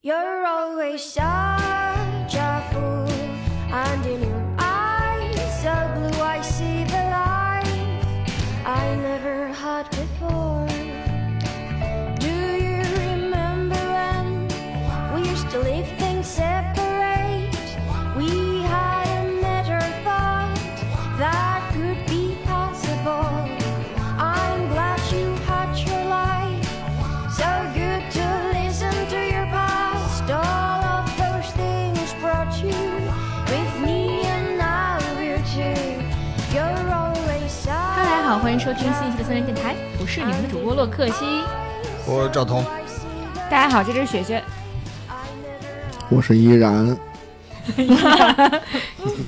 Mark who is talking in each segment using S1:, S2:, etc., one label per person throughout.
S1: You're always such a fool, and in your eyes so blue, I see the light I never had before. Do you remember when we used to leave things separate? We had a matter of thought that could be possible. I'm glad you had your life. So good to listen to your past. All of those things brought you with me, and now we're two. You're always sad.
S2: 哈喽，大家好，欢迎收听新一期的三人电台，我是你们的主播洛克西。
S3: 我是赵彤，
S4: 大家好，这是雪雪。
S5: 我是依然，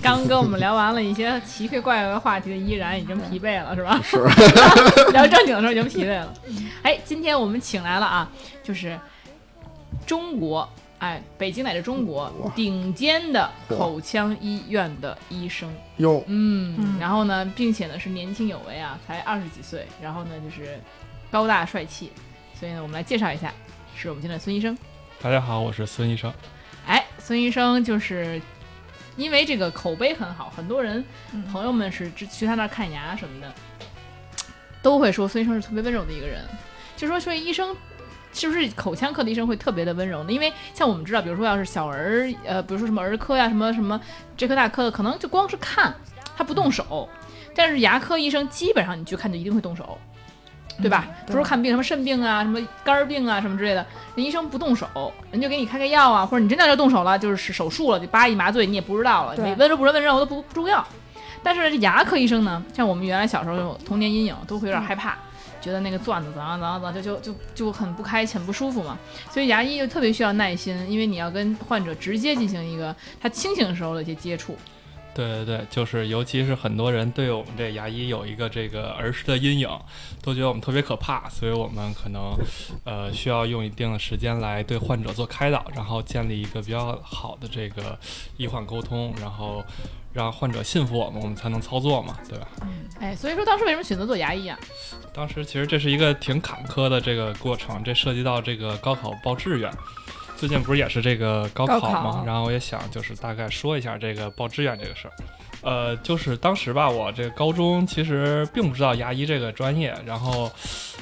S4: 刚跟我们聊完了一些奇奇怪怪的话题的依然已经疲惫了，是吧？
S5: 是
S4: 聊正经的时候已经疲惫了。哎，今天我们请来了啊，就是中国，哎，北京乃至中国
S5: 哇
S4: 顶尖的
S5: 嚯
S4: 口腔医院的医生，
S5: 哟，
S4: 嗯，然后呢，并且呢是年轻有为啊，才二十几岁，然后呢就是高大帅气，所以呢，我们来介绍一下，是我们今天的孙医生。
S6: 大家好，我是孙医生。
S4: 哎，孙医生就是因为这个口碑很好，很多人、
S2: 嗯
S4: 朋友们是去去他那儿看牙什么的，都会说孙医生是特别温柔的一个人。就说说医生是不是口腔科的医生会特别的温柔呢？因为像我们知道，比如说要是小儿呃，比如说什么儿科呀、什么什么这科大科的，可能就光是看，他不动手。但是牙科医生基本上你去看就一定会动手，对吧？比如说看病什么肾病啊、什么肝儿病啊、什么之类的，人医生不动手，人就给你开开药啊，或者你真的要动手了，就是手术了，就叭一麻醉，你也不知道了，
S2: 对
S4: 你温柔不温柔都不不重要。但是呢，这牙科医生呢，像我们原来小时候有童年阴影，都会有点害怕，
S2: 嗯
S4: 觉得那个钻子怎样怎样怎样，就就就就很不开心、很不舒服嘛。所以牙医就特别需要耐心，因为你要跟患者直接进行一个他清醒时候的一些接触。
S6: 对对对，就是尤其是很多人对我们这牙医有一个这个儿时的阴影，都觉得我们特别可怕，所以我们可能呃需要用一定的时间来对患者做开导，然后建立一个比较好的这个医患沟通，然后让患者信服我们，我们才能操作嘛，对吧？
S4: 哎，所以说当时为什么选择做牙医啊？
S6: 当时其实这是一个挺坎坷的这个过程，这涉及到这个高考报志愿。最近不是也是这个高考
S4: 高
S6: 嘛
S4: 考，
S6: 然后我也想就是大概说一下这个报志愿这个事儿。呃，就是当时吧，我这个高中其实并不知道牙医这个专业，然后，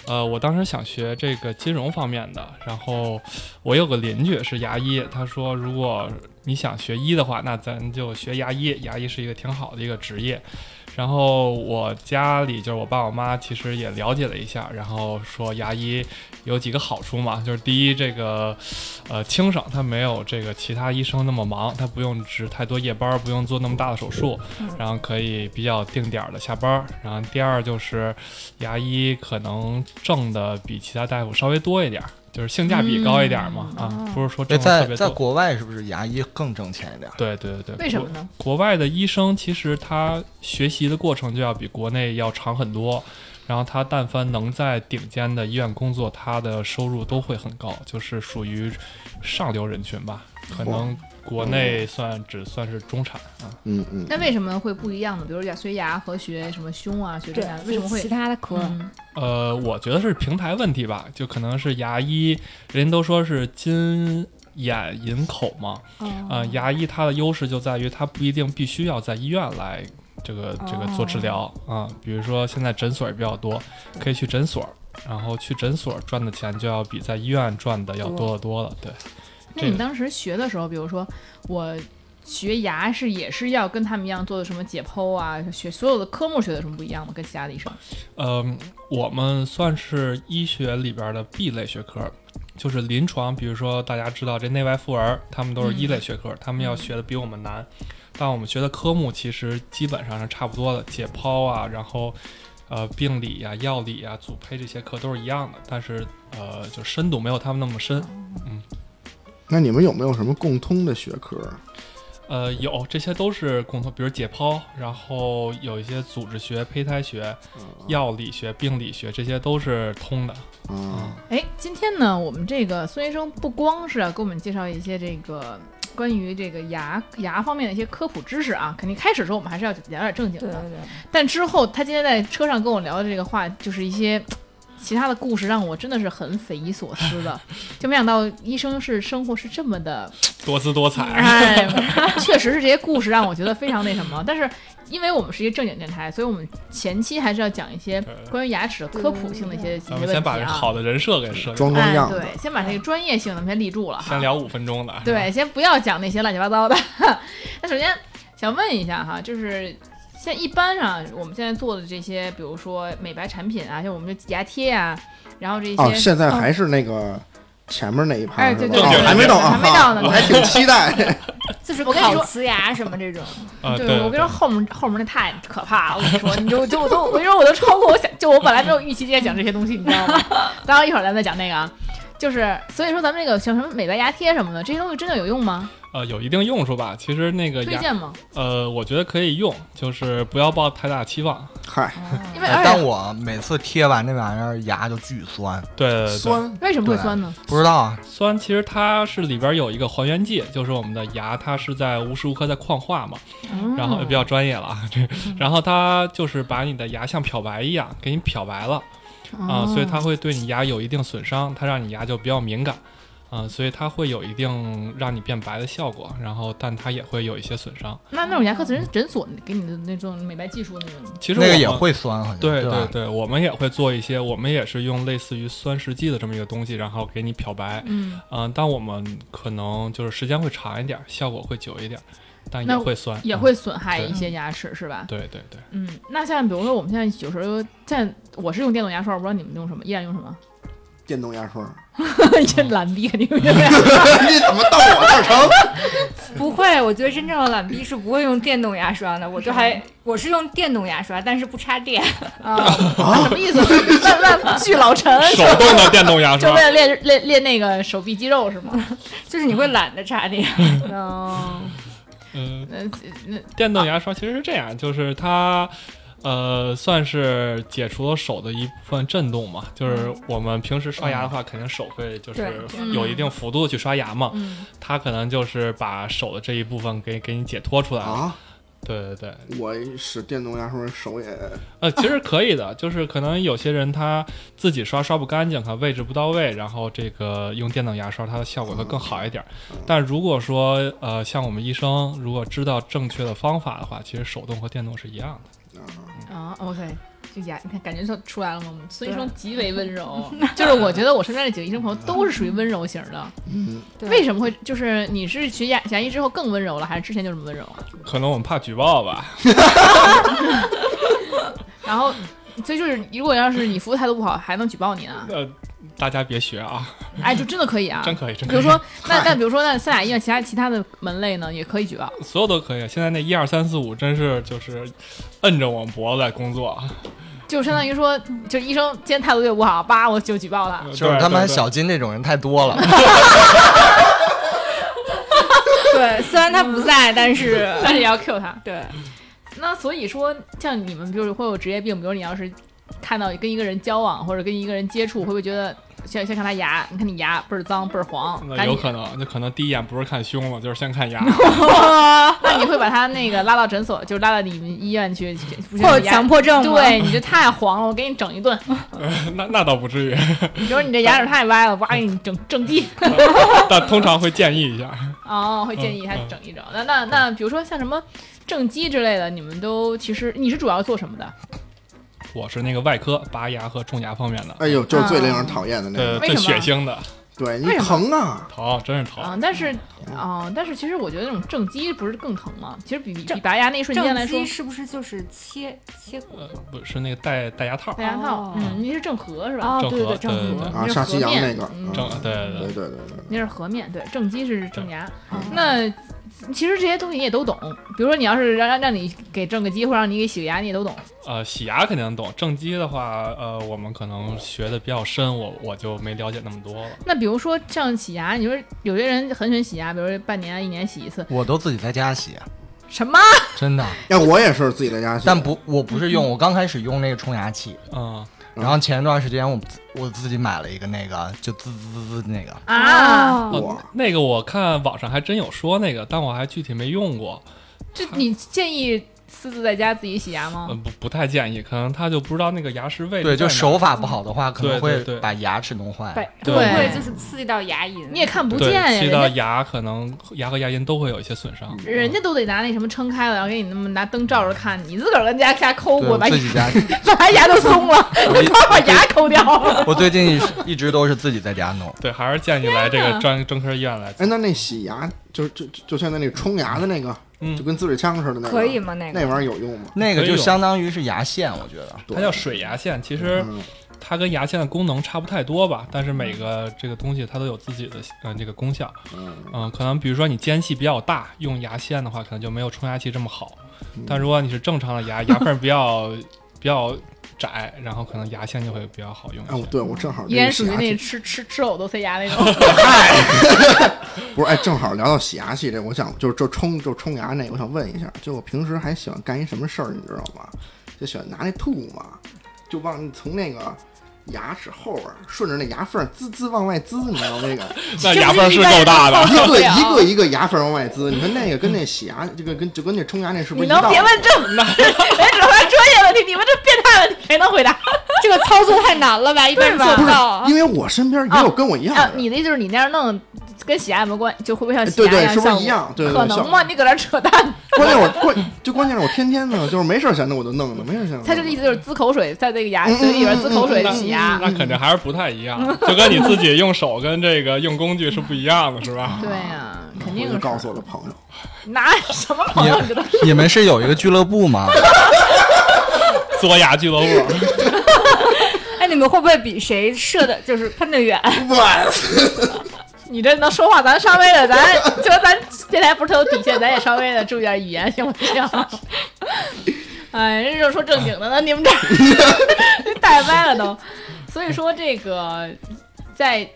S6: 呃，我当时想学这个金融方面的，然后我有个邻居是牙医，他说如果你想学医的话，那咱就学牙医，牙医是一个挺好的一个职业。然后我家里就是我爸我妈，其实也了解了一下，然后说牙医有几个好处嘛，就是第一，这个呃轻省，它没有这个其他医生那么忙，他不用值太多夜班，不用做那么大的手术，
S4: 嗯
S6: 然后可以比较定点的下班。然后第二就是牙医可能挣的比其他大夫稍微多一点儿，就是性价比高一点儿嘛，
S4: 嗯哦
S6: 啊，不是说
S3: 这
S6: 挣的特
S3: 在
S6: 别
S3: 在
S6: 多。
S3: 国外是不是牙医更挣钱一点？
S6: 对对对对，
S4: 为什么呢？
S6: 国外的医生其实他学习的过程就要比国内要长很多，然后他但凡能在顶尖的医院工作，他的收入都会很高，就是属于上流人群吧，可能国内算只算是中产啊。
S5: 嗯嗯，
S4: 那为什么会不一样呢？比如 牙学牙和学什么胸啊，学这个啊，为什么会
S2: 其？他的科？
S4: 嗯
S6: 呃，我觉得是平台问题吧，就可能是牙医，人家都说是金眼银口嘛，呃，牙医它的优势就在于它不一定必须要在医院来这个这个做治疗啊、比如说现在诊所也比较多，可以去诊所，然后去诊所赚的钱就要比在医院赚的要多得多了。对，
S4: 那
S6: 这
S4: 你
S6: 个
S4: 当时学的时候，比如说我学牙是也是要跟他们一样做的什么解剖啊，学所有的科目学的什么不一样吗？跟其他的医生？
S6: 嗯、我们算是医学里边的 B 类学科。就是临床，比如说大家知道这内外妇儿，他们都是一类学科，他们要学的比我们难，但我们学的科目其实基本上是差不多的，解剖啊，然后呃病理呀、药理呀、组胚这些课都是一样的，但是呃就深度没有他们那么深。
S5: 那你们有没有什么共通的学科？
S6: 呃，有这些都是共同，比如解剖，然后有一些组织学、胚胎学、药理学、病理学，这些都是通的。
S5: 啊，
S4: 哎，今天呢，我们这个孙医生不光是要给我们介绍一些这个关于这个牙牙方面的一些科普知识啊，肯定开始的时候我们还是要聊点正经
S2: 对对
S4: 的，
S2: 对，
S4: 但之后他今天在车上跟我聊的这个话，就是一些其他的故事让我真的是很匪夷所思 的，就没想到医生是生活是这么的，
S6: 多姿多彩。
S4: 哎，确实是这些故事让我觉得非常那什么。但是因为我们是一个正经电台，所以我们前期还是要讲一些关于牙齿的科普性的一些一些
S6: 咱
S4: 问
S6: 们
S4: 题啊。
S6: 先把好的人设给设计，
S5: 装装
S4: 哎，
S5: 样啊子。
S4: 对，先把这个专业性的先立住了哈。
S6: 先聊五分钟的。啊是吧，
S4: 对，先不要讲那些乱七八糟的。那首先想问一下哈，就是现在一般上我们现在做的这些，比如说美白产品啊，像我们就牙贴呀、然后这些、
S5: 啊，现在还是那个前面那一
S4: 哎
S5: 盘是
S4: 对
S5: 吧？
S4: 对
S5: 哦
S6: 对对
S5: 还没到啊，
S4: 还没到呢
S5: 我还挺 期待。
S2: 就是
S4: 我跟你说
S2: 烤瓷牙什么这种，
S6: 啊，
S4: 对，
S6: 对
S4: 我跟你说后面后面那太可怕了，我跟你说，你就就我都我跟你说我都超过我想，就我本来没有预期今天讲这些东西，你知道吗？待会儿一会儿咱们再讲那个啊。就是，所以说咱们这个像什么美白牙贴什么的，这些东西真的有用吗？
S6: 呃，有一定用处吧。其实那个
S4: 推
S6: 牙，
S4: 荐吗？
S6: 呃，我觉得可以用，就是不要抱太大期望。
S5: 嗨，
S4: 因为
S3: 哎
S4: 而
S3: 但
S4: 且
S3: 我每次贴完那玩意儿，牙就巨酸，
S6: 对对对，
S5: 酸
S4: 为什么会
S3: 对
S4: 酸呢？
S3: 不知道啊，
S6: 酸其实它是里边有一个还原剂，就是我们的牙，它是在无时无刻在矿化嘛，然后比较专业了啊，这，然后它就是把你的牙像漂白一样给你漂白了啊、所以它会对你牙有一定损伤，它让你牙就比较敏感。啊、所以它会有一定让你变白的效果，然后但它也会有一些损伤。
S4: 那那种牙科诊诊所给你的那种美白技术那种，
S6: 其实
S3: 那
S6: 我
S3: 个
S6: 们
S3: 也会酸，好像
S6: 对
S3: 对
S6: 对
S3: 吧
S6: 对，我们也会做一些，我们也是用类似于酸蚀剂的这么一个东西，然后给你漂白。
S4: 嗯，
S6: 嗯、但我们可能就是时间会长一点，效果会久一点，但也
S4: 那
S6: 会酸，
S4: 也
S6: 嗯
S4: 会损害
S6: 对
S4: 一些牙齿，是吧？
S6: 对对对，
S4: 嗯，那像比如说我们现在有时候在，我是用电动牙刷，我不知道你们用什么，依然用 什么？
S5: 电动牙刷，
S4: 这懒逼肯定用电动牙 刷。
S5: 你怎么到我这儿成？
S2: 不会，我觉得真正的懒逼是不会用电动牙刷的。我就还我是用电动牙刷，但是不插电。
S4: 啊，什么意思？ 那那巨老陈
S6: 手动的电动 牙
S4: 就
S6: 刷
S4: 为。了练练练那个手臂肌肉是吗？
S2: 就是你会懒得插电。
S4: 嗯，
S6: 嗯，
S4: 呃那
S6: 电动牙刷其实是这样，就是它。呃，算是解除了手的一部分震动嘛，就是我们平时刷牙的话，肯定手会就是
S4: 嗯
S6: 有一定幅度去刷牙嘛，
S4: 嗯，
S6: 它可能就是把手的这一部分给给你解脱出来了。
S5: 啊！
S6: 对对对，
S5: 我使电动牙刷手也
S6: 呃，其实可以的，就是可能有些人他自己刷刷不干净，可能位置不到位，然后这个用电动牙刷，它的效果会更好一点儿。
S4: 嗯
S6: 但如果说呃，像我们医生如果知道正确的方法的话，其实手动和电动是一样的。
S4: 啊，OK。这牙，你看感觉就出来了吗？我们孙医生极为温 柔，就是我觉得我身边的几个医生朋友都是属于温柔型的。
S2: 对
S4: 为什么会？就是你是学牙牙医之后更温柔了，还是之前就这么温柔？
S6: 可能我们怕举报吧，
S4: 然后，所以就是，如果要是你服务态度不好，还能举报你呢？
S6: 呃，大家别学啊，
S4: 哎，就真的可以啊。
S6: 真可以，真
S4: 比
S6: 可以。
S4: 如说，那那比如说，那三甲医院啊其他其他的门类呢，也可以举报。
S6: 所有都可以，现在那一二三四五真是就是摁着我们脖子在工作，
S4: 啊就相当于说，就医生今天态度越不好，叭我就举报他。
S3: 就是他
S6: 们
S3: 们小金这种人太多了，
S2: 对，虽然他不在，但是
S4: 但是也要 Q 他。
S2: 对，
S4: 那所以说，像你们就是会有职业病，比如你要是看到跟一个人交往或者跟一个人接触，会不会觉得先先看他牙？你看你牙倍儿脏倍儿黄，
S6: 那
S4: 赶
S6: 有
S4: 紧
S6: 可能，那可能第一眼不是看胸了，就是先 看牙。
S4: 那你会把他那个拉到诊所，就是拉到你们医院去，不 是
S2: 会有
S4: 你牙
S2: 强迫症吗？
S4: 对，你这太黄了，我给你整一顿。
S6: 那那倒不 至于，
S4: 比如你这牙齿太歪了，我给你整整 地。
S6: 但通常会建议一下。
S4: 哦，会建议他整一整。那那那，比如说像什么正畸之类的，你们都其实你是主要做什么的？
S6: 我是那个外科拔牙和种牙方面的，
S5: 哎
S4: 啊
S5: 呦，就是最令人讨厌的那
S6: 呃，
S5: 个。
S4: 为
S6: 最
S4: 什
S6: 血
S4: 么
S6: 腥的，
S5: 对你
S4: 为什么
S5: 疼啊！
S6: 疼，真是
S4: 啊、
S6: 疼。
S4: 但是啊、但是其实我觉得那种正畸不是更疼吗？其实比比
S2: 正
S4: 比拔牙那一瞬间来
S2: 正
S4: 说
S2: 畸，是不是就是切切骨
S6: 呃
S2: 头？，
S6: 不是那个戴戴牙套，
S4: 戴牙套
S2: 哦，
S4: 嗯，你是正颌是吧？
S2: 哦，
S6: 正
S2: 对对
S6: 合
S2: 对，正
S6: 对对
S2: 合
S6: 对
S5: 啊，
S4: 就是
S5: 上西洋
S4: 哎和面
S5: 那个，
S4: 嗯
S6: 正
S5: 嗯
S6: 对对
S5: 对
S6: 对，
S5: 对对对，
S4: 那是颌面，对，正畸是正牙。
S5: 嗯
S4: 那其实这些东西你也都懂，比如说你要是让让让你给正个畸，或让你给洗个牙，你也都懂。
S6: 呃，洗牙肯定懂，正畸的话，呃，我们可能学的比较深，我我就没了解那么多了。
S4: 那比如说像洗牙，你说有些人很喜欢洗牙，比如说半年、一年洗一次，
S3: 我都自己在家洗，
S4: 什么？
S3: 真的。
S5: 哎，我也是自己在家洗，
S3: 但不，我不是用，我刚开始用那个冲牙器，
S6: 嗯，
S5: 嗯
S3: 然后前段时间我自我自己买了一个那个，就滋滋滋滋那个，
S4: 啊，
S2: 哦
S5: 我
S6: 呃那个我看网上还真有说那个，但我还具体没用过。
S4: 这你建议私自在家自己洗牙吗？
S6: 呃，不不太建议，可能他就不知道那个牙石位置在哪儿。嗯
S3: 对，就手法不好的话，可能
S6: 对
S3: 会
S6: 对对
S3: 把牙齿弄坏。啊
S2: 对，
S6: 对
S2: 会不会就是刺激到牙龈？
S4: 你也看不
S6: 对
S4: 见呀，
S6: 切
S4: 人
S6: 到
S4: 家
S6: 牙，可能牙和牙龈都会有一些损伤。
S4: 人
S5: 嗯
S4: 家都得拿那什么撑开了，然后给你那么拿灯照着看，你自个儿跟家瞎抠
S3: 对
S4: 过，
S3: 我
S4: 把
S3: 自己家，
S4: 把牙都松 了，
S3: 我一
S4: 快 把牙抠掉了。
S3: 我最近一直都是自己在家弄。
S6: 对，还是建议来这个专专科医院来。
S5: 哎，那那洗牙就就就就像那那冲牙的那个，
S6: 嗯
S5: 就跟滋水枪似的那个，
S2: 可以吗？那
S5: 那
S2: 个
S5: 玩意儿有用吗？
S3: 那个
S6: 可以
S3: 就
S6: 用
S3: 相当于是牙线，我觉得。
S6: 它叫水牙线，其实
S5: 嗯，
S6: 它跟牙线的功能差不太多吧，但是每个这个东西它都有自己的呃这个功效。
S5: 嗯
S6: 嗯，可能比如说你间隙比较大，用牙线的话，可能就没有冲牙器这么好。但如果你是正常的牙，牙缝儿比较比较窄，然后可能牙线就会比较好用一
S5: 哎，
S6: 些。
S5: 我对我正好这
S4: 依然
S5: 个
S4: 属
S5: 洗
S4: 于
S5: 牙
S4: 那
S5: 器
S4: 吃吃吃藕都塞牙那 种。
S5: 不是哎，正好聊到洗牙器这，我想就是就冲就冲牙那，我想问一下，就我平时还喜欢干一什么事儿，你知道吗？就喜欢拿那吐嘛，就往从那个牙齿后边儿顺着那牙缝儿滋滋往外滋，你知道 那个
S6: 那牙缝儿是够大的，
S5: 一
S4: 受不
S5: 个
S4: 了
S5: 一个一个牙缝儿往外滋，你说那个跟那洗牙这个跟就跟那冲牙那是不
S4: 你
S5: 是一道
S4: 能
S5: 理？
S4: 别问这，人只会专业问题，你们这变态问题谁能回答？
S2: 这个操作太难了吧？一般人做
S5: 不是
S2: 到啊。
S5: 因为我身边也有跟我一样
S4: 啊
S5: 的，人，
S4: 你的意思是你那样弄跟洗牙有没有关，就会不会像洗
S5: 对
S4: 牙
S5: 对，
S4: 样
S5: 是不
S4: 效
S5: 是
S4: 果
S5: 一？样？对对
S4: 可
S5: 对，效
S4: 能
S5: 果
S4: 吗？你搁这扯 淡，
S5: 关键我关就关键是我天天呢，就是没事儿闲的我就弄弄，没事儿闲的。
S4: 他这个意思就是滋口水，在这个牙
S5: 嗯
S4: 嘴里边滋口水
S5: 嗯嗯嗯
S4: 洗牙。
S6: 那肯定还是不太一样，就跟你自己用手跟这个用工具是不一样的，是 吧？
S4: 对呀，肯
S5: 嗯我
S4: 定
S5: 就是告诉我的 朋友，
S4: 拿什么朋 友你知道？
S3: 你们是有一个俱乐部吗？
S6: 嘬牙俱乐部，
S2: 哎，你们会不会比谁射的就是喷的远？
S4: 你这能说话，咱稍微的，咱就咱电台不是特有底线，咱也稍微的注意点语言，行不行？哎，人家就说正经的呢，你们这带歪了都。所以说，这个在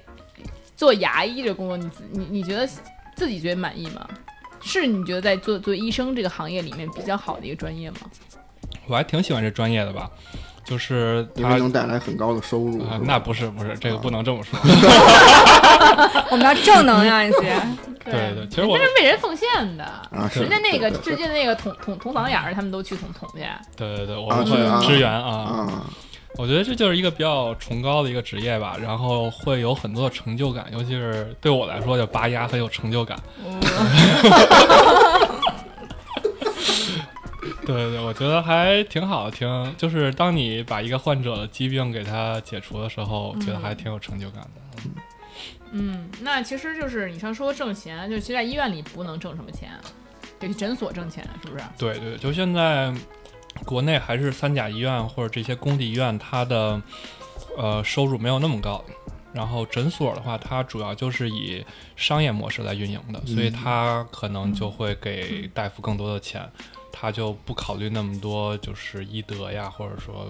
S4: 做牙医这工作，你自你你觉得自己觉得满意吗？是你觉得在做做医生这个行业里面比较好的一个专业吗？
S6: 我还挺喜欢这专业的吧，就是
S5: 因为
S6: 它。
S5: 能带来很高的收入。
S6: 啊、
S5: 是吧
S6: 那不是不是，这个不能这么说。
S2: 我们要正能量一 些。
S6: 对对，其实我
S4: 那是为人奉献的。
S5: 啊，是
S4: 人家那个
S5: 对对
S4: 最近那个捅捅捅嗓眼儿，他们都去捅捅去。
S6: 对对对，我
S5: 啊
S6: 们
S5: 去啊
S6: 会支援
S5: 对
S6: 啊。
S5: 啊，
S6: 我觉得这就是一个比较崇高的一个职业吧，然后会有很多的成就感，尤其是对我来说，就拔牙很有成就感。对对对，我觉得还挺好的，挺就是当你把一个患者的疾病给他解除的时候，觉得还挺有成就感的。
S4: 嗯，那其实就是你像说挣钱，就其实在医院里不能挣什么钱，得去诊所挣钱，是不是？
S6: 对对，就现在国内还是三甲医院或者这些公立医院，它的呃收入没有那么高。然后诊所的话，它主要就是以商业模式来运营的，所以它可能就会给大夫更多的钱，它就不考虑那么多就是医德呀，或者说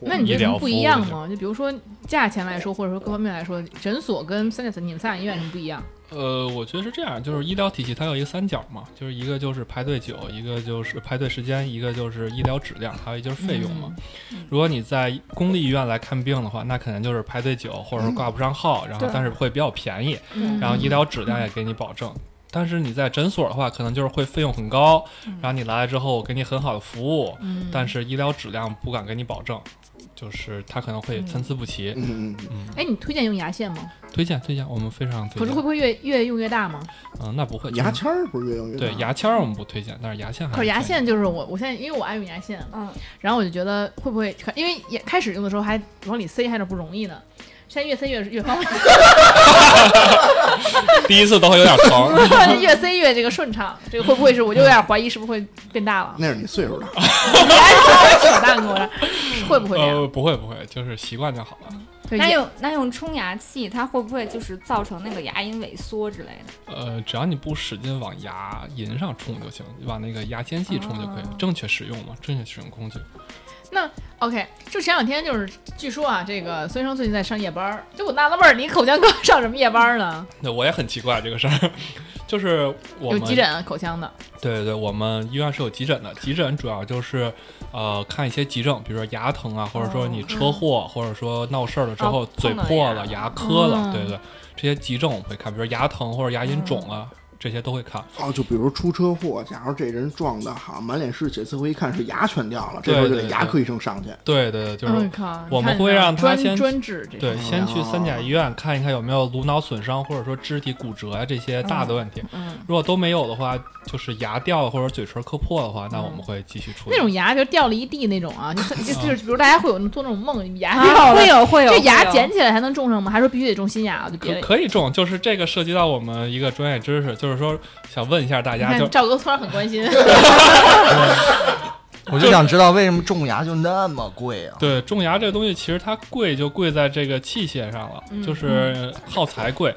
S4: 那你觉得有什么不一样
S6: 医疗
S4: 吗？就比如说价钱来说，或者说各方面来说，诊所跟三甲你们三甲医院有什么不一样？
S6: 呃，我觉得是这样，就是医疗体系它有一个三角嘛，就是一个就是排队久，一个就是排队时间，一个就是医疗质量，还有一个就是费用嘛。
S4: 嗯
S6: 如果你在公立医院来看病的话，那可能就是排队久，或者
S4: 嗯
S6: 说挂不上号，然后
S2: 对
S6: 但是会比较便宜，
S2: 嗯
S6: 然后医疗质量也给你保证。但是你在诊所的话，可能就是会费用很高，然后你来了之后，我给你很好的服务，
S4: 嗯
S6: 但是医疗质量不敢给你保证，就是它可能会参差不齐。
S5: 嗯嗯嗯，
S4: 哎，你推荐用牙线吗？
S6: 推荐推荐，我们非常推荐。
S4: 可是会不会越越用越大吗？
S6: 嗯、那不会
S5: 牙签儿不是越用越大。
S6: 对，牙签儿我们不推荐，但是牙线还
S4: 可是牙线
S6: 推荐
S4: 就是我，我现在因为我爱用牙线，
S2: 嗯，
S4: 然后我就觉得会不会，因为也开始用的时候还往里塞还是不容易呢，现在越塞越越方便。
S6: 第一次都会有点疼。
S4: 越塞越这个顺畅，这个会不会是？我就有点怀疑是不是会变大了
S5: 那是你岁数大，
S4: 哎你还是扯淡，跟我这会不会这样？哎
S6: 呃，不会不会，就是习惯就好了。
S4: 对
S2: 那
S4: 也
S2: 用那用冲牙器，它会不会就是造成那个牙龈萎缩之类的？
S6: 呃，只要你不使劲往牙龈上冲就行，往那个牙间隙冲就可以
S4: 哦
S6: 了。正确使用嘛，正确使用工具。
S4: OK，就前两天就是，据说啊，这个孙生最近在上夜班儿，就我纳了闷儿，你口腔科 上什么夜班儿呢？
S6: 那我也很奇怪这个事儿， 就是
S4: 有
S6: 我们
S4: 急诊啊口腔的，
S6: 对对对，我们医院是有急诊的，急诊主要就是呃看一些急症，比如说牙疼啊，或者说
S4: 哦
S6: 你
S4: 嗯
S6: 车祸，或者说闹事儿了之后、
S2: 哦
S6: 嘴
S2: 碰到
S6: 破
S2: 牙
S6: 了、牙磕了，
S4: 嗯
S6: 对对，这些急症我们会看，比如牙疼或者牙龈肿啊，这些都会看。
S5: 哦，就比如出车祸，假如这人撞的好，满脸是血，最后一看是牙全掉了，这时候就得
S6: 对对
S5: 牙科医生上去。
S6: 对对，对就是
S4: 嗯靠
S6: 我们
S4: 看
S6: 会
S4: 到
S6: 让他
S4: 专
S6: 先
S4: 专治这
S6: 对，
S4: 种
S6: 先去三甲
S4: 哦
S6: 医院看一看有没有颅脑损伤或者说肢体骨折啊这些大的问题。
S4: 嗯，
S6: 如果都没有的话，就是牙掉了或者嘴唇磕破的话，那我们会继续处
S4: 嗯
S6: 理。
S4: 那种牙就掉了一地那种 啊，就是就就是，比如大家会有做那种梦，牙掉
S2: 啊
S4: 了
S2: 会，有会有，
S4: 这牙
S2: 会有
S4: 捡起来还能种上吗？还说必须得种新牙，啊就别
S6: 可
S4: 的。
S6: 可以种，就是这个涉及到我们一个专业知识，就是说想问一下大
S4: 你
S6: 家，就
S4: 看赵哥突然很关 心，
S3: 我就想知道为什么种牙就那么贵啊？
S6: 对种牙这个东西，其实它贵就贵在这个器械上了，
S4: 嗯
S6: 就是耗材贵。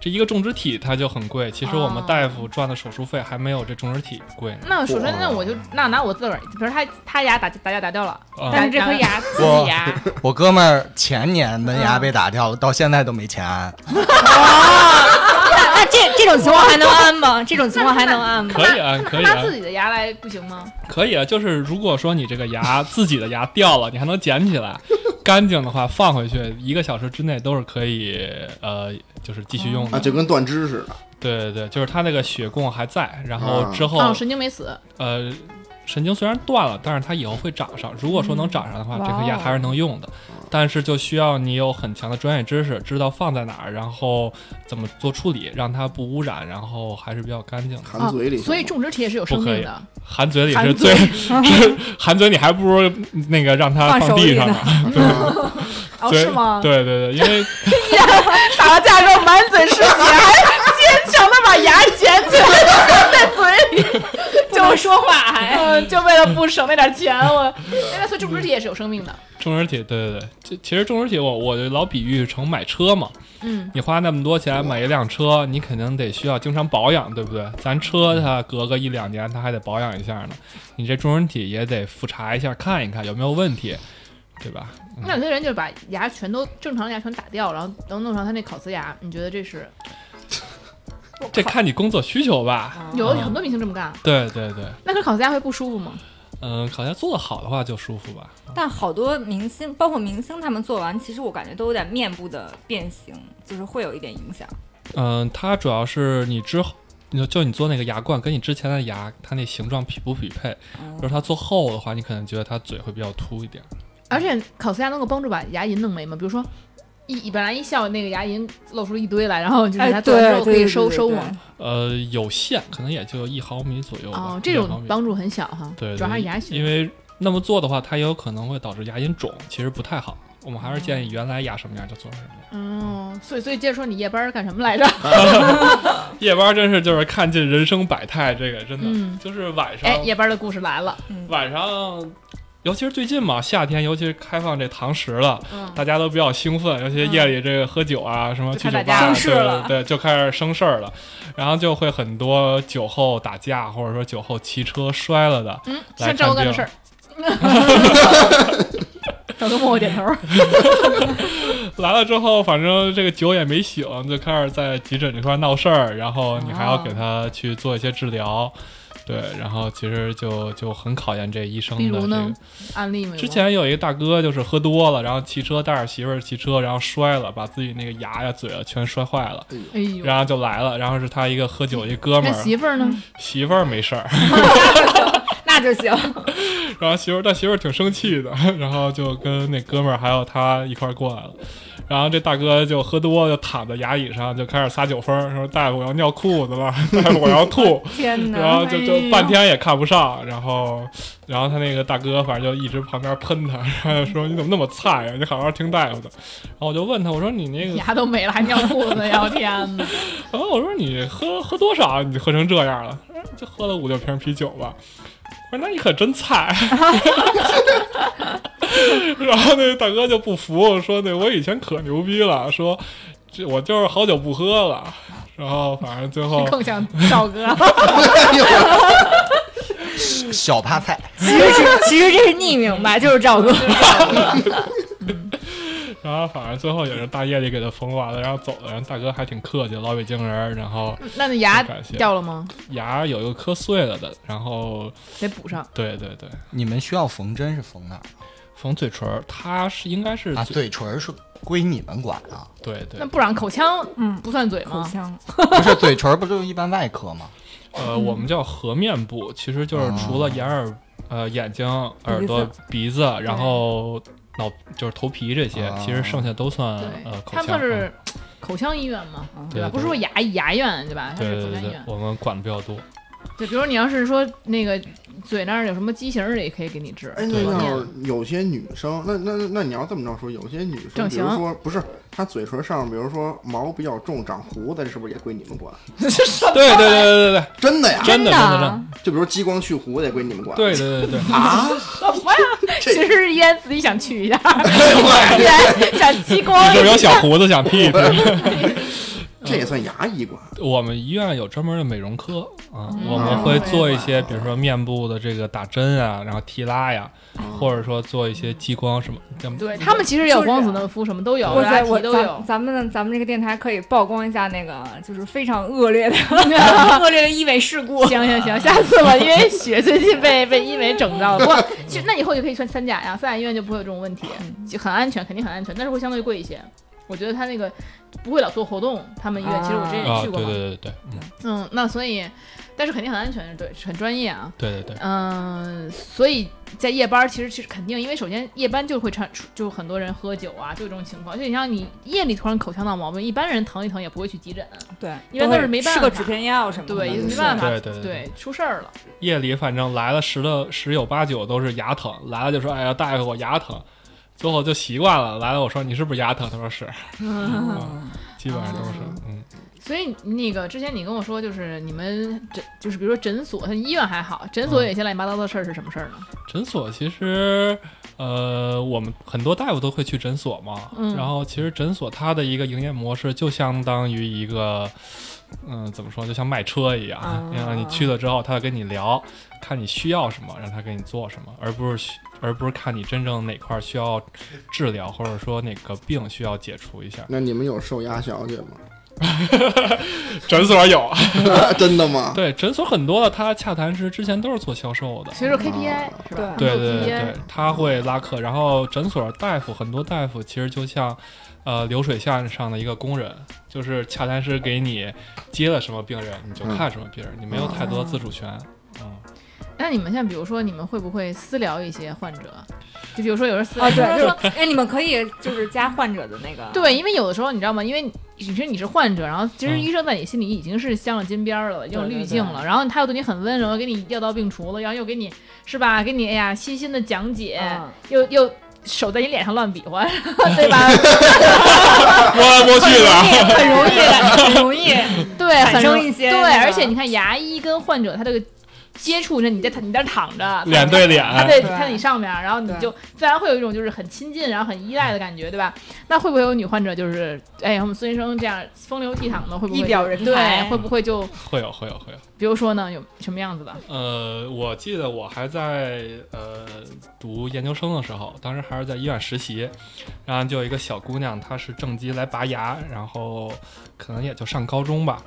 S6: 这一个种植体它就很贵，其实我们
S4: 哦
S6: 大夫赚的手术费还没有这种植体贵呢。
S4: 那首先那我就那拿我自个儿，比如他他牙打打架打掉了，
S6: 啊、
S2: 但是这颗牙自己牙，
S3: 我哥们儿前年门牙被打掉了，到现在都没钱安。
S2: 那那这这种情况还能安吗？这种情况还能安吗？
S6: 可以啊，可以
S4: 拿
S6: 啊
S4: 自，己的牙来不行吗？
S6: 可以啊。就是如果说你这个牙 自己的牙掉了，你还能捡起来，干净的话放回去，一个小时之内都是可以，呃，就是继续用
S5: 啊，
S6: 的。
S5: 就跟断肢似
S4: 哦
S5: 的，
S6: 对对对，就是它那个血供还在，然后
S5: 啊
S6: 之后、
S4: 哦，神经没死，
S6: 呃，神经虽然断了，但是它以后会长上。如果说能长上的话，
S4: 嗯
S6: 这颗
S4: 哇
S6: 牙
S4: 哦
S6: 还是能用的，
S5: 哦
S6: 但是就需要你有很强的专业知识，知道放在哪儿，然后怎么做处理，让它不污染，然后还是比较干净的。
S5: 含嘴里、
S4: 哦所以种植体也是有生命的。
S6: 含嘴里
S4: 含
S6: 是最， 是含嘴里还不如那个让它
S2: 放手
S6: 地
S2: 里
S6: 上
S2: 呢
S6: 呢。
S5: 啊
S4: 哦，
S6: 嘴
S4: 是吗？
S6: 对对对，因为
S4: 打了架之后满嘴是血，还坚强的把牙捡起来放在嘴里，
S2: 不能说话还。
S4: 嗯，就为了不省那点钱，我。哎， 那所以种植体也是有生命的。
S6: 种植体，对对对，这其实种植体我我就老比喻成买车嘛，
S4: 嗯，
S6: 你花那么多钱买一辆车，你肯定得需要经常保养，对不对？咱车它隔个一两年，它还得保养一下呢。你这中人体也得复查一下，看一看有没有问题，对吧？
S4: 那有些人就是把牙全都正常的牙全打掉，然后能弄上他那烤瓷牙，你觉得这是
S6: 这看你工作需求吧。
S4: 有很多明星这么干？
S6: 对对对，
S4: 那可是烤瓷牙会不舒服吗？
S6: 嗯，好像做得好的话就舒服吧。
S2: 但好多明星，包括明星，他们做完，其实我感觉都有点面部的变形，就是会有一点影响。
S6: 嗯，它主要是你之后。你就就你做那个牙冠，跟你之前的牙，它那形状匹不匹配？如果它做厚的话，你可能觉得它嘴会比较凸一点。
S4: 而且烤瓷牙能够帮助把牙龈弄没吗？比如说一本来一笑，那个牙龈露出一堆来，然后就是它做完之后可以收收
S2: 哎嗯对
S4: 嘛。
S6: 呃，有限，可能也就一毫米左右吧。
S4: 哦，这
S6: 2毫
S4: 种
S6: 米
S4: 帮助很小哈，
S6: 对，
S4: 主要还
S6: 对
S4: 是牙血。
S6: 因为那么做的话，它也有可能会导致牙龈肿，其实不太好。我们还是建议原来牙什么样就做什么样。
S4: 哦，所以所以接着说你夜班儿干什么来 着？
S6: 夜班真是就是看尽人生百态，这个真的、
S4: 嗯
S6: 就是晚上
S4: 哎，夜班儿的故事来了。
S6: 晚上，尤其是最近嘛，夏天，尤其是开放这堂食了，
S4: 嗯
S6: 大家都比较兴奋，尤其是夜里这个喝酒啊，什么
S4: 就
S6: 去
S4: 开始
S6: 酒吧
S4: 打架
S6: 啊，
S4: 生事
S6: 对
S4: 了
S6: 对对，就开始生事儿了，然后就会很多酒后打架，或者说酒后骑车摔了的，
S4: 嗯，
S6: 来
S4: 像赵哥干的事
S6: 看
S4: 儿。赵哥默默点头。
S6: 嗯来了之后，反正这个酒也没醒，就开始在急诊这块闹事儿，然后你还要
S4: 哦
S6: 给他去做一些治疗，对，然后其实就就很考验这医生
S4: 比
S6: 的
S4: 如
S6: 这
S4: 呢
S6: 个。，
S4: 案例没有吗？
S6: 之前有一个大哥就是喝多了，然后骑车带着媳妇儿骑车，然后摔了，把自己那个牙呀、嘴啊全摔坏了，
S4: 哎呦，
S6: 然后就来了，然后是他一个喝酒一哥们
S4: 那
S6: 儿，
S4: 媳妇儿呢？
S6: 媳妇儿没事儿，
S2: 那就行。
S6: 然后媳妇儿，但媳妇儿挺生气的， 然后就跟那哥们儿还有他一块儿过来了。然后这大哥就喝多，就躺在牙椅上，就开始撒酒疯儿，说：“大夫，我要尿裤子了， 大夫，我要 吐。
S2: 天”
S6: 然后
S2: 哪！
S6: 就就半天也看不上。然后，然后他那个大哥反正就一直旁边喷他， 然后就说：“你怎么那么菜呀、啊你好好听大夫的。”然后我就问他，我说：“你那个
S4: 牙都没了，还尿裤 子呀！我天哪！
S6: 然后我说你喝喝多少？啊你喝成这样了？他说就喝了五六瓶啤酒吧。我说那你可真菜。 然后那大哥就不服，说那我以前可牛逼了，说这我就是好久不喝了。然后反正最 后
S4: 更像赵 哥。
S3: 小趴菜，
S2: 其实是其实这是匿名吧，就是赵哥。
S6: 然后反正最后也是大夜里给他缝完了，然后走了。然后大哥还挺客气，老北京人儿，然后
S4: 那那牙
S6: 感谢
S4: 掉了吗？
S6: 牙有一个磕碎了的，然后
S4: 得补上。
S6: 对对对，
S3: 你们需要缝针是缝哪儿？
S6: 缝嘴唇儿，它是应该是
S3: 啊，
S6: 嘴
S3: 嘴唇儿是归你们管啊，
S6: 对对
S4: 那，不然口腔
S2: 嗯，
S4: 不算嘴
S2: 口
S4: 吗？
S2: 腔
S3: 不是嘴唇儿不就一般外科吗？
S6: 呃，我
S4: 嗯
S6: 们叫颌面部，其实就是除了眼耳、呃眼睛、耳朵、鼻子，然后脑就是头皮这些，
S3: 啊
S6: 其实剩下都算
S4: 对
S6: 呃，口
S4: 他们算
S6: 腔。
S4: 是口腔医院嘛，
S6: 对
S4: 吧？
S6: 对
S4: 不是说牙牙院对吧？它
S6: 对
S4: 是
S6: 对
S4: 口
S6: 对
S4: 腔医
S6: 对
S4: 院，。
S6: 我们管的比较 多。
S4: 对，比如你要是说那个嘴那儿有什么畸形儿，也可以给你治。
S5: 哎，那
S6: 对
S5: 要
S4: 吧
S5: 是有些女生，那那那那你要这么着说，有些女生，
S4: 整
S5: 比
S4: 形
S5: 如说不是她嘴唇上，比如说毛比较重，长胡子，这是不是也归你们管？
S4: 这是什么
S6: 对对对对对对，
S5: 真的呀？
S6: 真的真的真
S4: 啊
S6: 的，
S5: 就比如激光去胡子也归你们管？
S6: 对对对对，
S5: 啊，
S4: 其实是烟自己想去一 下，依 然想激光。
S6: 就是有小胡子想屁屁。
S5: 这也算牙医管？
S6: 我们医院有专门的美容科啊，
S4: 嗯
S6: 我们会做一些，
S5: 嗯
S6: 比如说面部的这个打针啊，然后提拉呀，或者说做一些激光什么。这么
S4: 嗯对他们其实也有光子嫩肤，什么都有，
S2: 我在
S4: 拉
S2: 我
S4: 提都有
S2: 咱。咱们咱们这个电台可以曝光一下那个就是非常恶劣 的恶劣的医美事 故。
S4: 行行行，下次吧，因为雪最近被被医美整到了。不过，去那以后就可以穿三甲呀，三甲医院就不会有这种问题，就很安全，肯定很安全，但是会相对贵一些。我觉得他那个不会老做活动，他们医院其实我之前也
S6: 啊，
S4: 去
S6: 对
S4: 过
S6: 对
S4: 嘛。
S6: 对对对，嗯，
S4: 嗯，那所以，但是肯定很安全，对，很专业啊。
S6: 对对对，
S4: 嗯，所以在夜班儿其实其实肯定，因为首先夜班就会产出，就很多人喝酒啊，就这种情况。就你像你夜里突然口腔闹毛病，一般人疼一疼也不会去急诊，
S2: 对，
S4: 一般都是没办
S2: 吃
S4: 法
S2: 个止片药什么的。
S4: 对，也
S2: 就
S4: 没
S2: 是
S4: 办法，
S6: 嗯对对对
S4: 出事儿了。
S6: 夜里反正来了十的十有八九都是牙疼，来了就说哎呀大夫我牙疼，最后就习惯了。来了我说你是不是牙疼？他说是，嗯基本上都是，嗯，
S4: 所以那个之前你跟我说，就是你们诊就是比如说诊所，像医院还好，诊
S2: 嗯
S4: 所有一些乱七八糟的事儿是什么事儿呢？
S6: 诊所其实。呃，我们很多大夫都会去诊所嘛，
S4: 嗯
S6: 然后其实诊所它的一个营业模式就相当于一个，嗯、怎么说，就像卖车一样，
S2: 啊
S6: 让你去了之后，他跟你聊，看你需要什么，让他给你做什么，而不是需而不是看你真正哪块儿需要治疗，或者说哪个病需要解除一下。
S5: 那你们有受压小姐吗？
S6: 诊所有，
S5: 真的吗？
S6: 对诊所很多的，他洽谈师之前都是做销售的，
S4: 所以说
S2: 嗯
S4: KPI 是吧？
S6: 对
S4: 有
S6: 哦对对
S4: KPI
S6: 对，他会拉客。然后诊所大夫很多大夫其实就像，呃，流水线上的一个工人，就是洽谈师给你接了什么病人，你就看什么病人，你没有太多自主权。
S4: 哦
S6: 嗯，
S4: 那你们像比如说，你们会不会私聊一些患者？就比如说有人私聊，
S2: 啊，
S4: 比
S2: 对，
S4: 如
S2: 就
S4: 说
S2: 是哎，你们可以就是加患者的那个，
S4: 对，因为有的时候你知道吗？因为你其实你是患者，然后其实
S6: 嗯
S4: 医生在你心里已经是镶了金边儿了，有
S2: 对对
S4: 滤
S2: 对
S4: 镜了，然后他又对你很温柔，给你药到病除了，然后又给你是吧？给你哎呀细心的讲解，
S2: 嗯
S4: 又又手在你脸上乱比划， 对吧？
S6: 摸来摸去的，
S4: 很容易，
S2: 很容易，
S4: 对，
S2: 产
S4: 很
S2: 生
S4: 容
S2: 一些
S4: 对，
S2: 那个
S4: 而且你看牙医跟患者他这个接触着，你在躺你在这躺着，
S6: 脸对脸，
S4: 他在
S2: 对
S4: 他在你上面，然后你
S2: 对
S4: 就自然会有一种就是很亲近，然后很依赖的感觉，对吧？那会不会有女患者就是，哎，我们孙医生这样风流倜傥的，会不会
S2: 一
S4: 就
S2: 表人才
S4: 对，会不会就
S6: 会有会有会有。
S4: 比如说呢，有什么样子的？
S6: 呃，我记得我还在呃读研究生的时候，当时还是在医院实习，然后就有一个小姑娘，她是正畸来拔牙，然后可能也就上高中吧，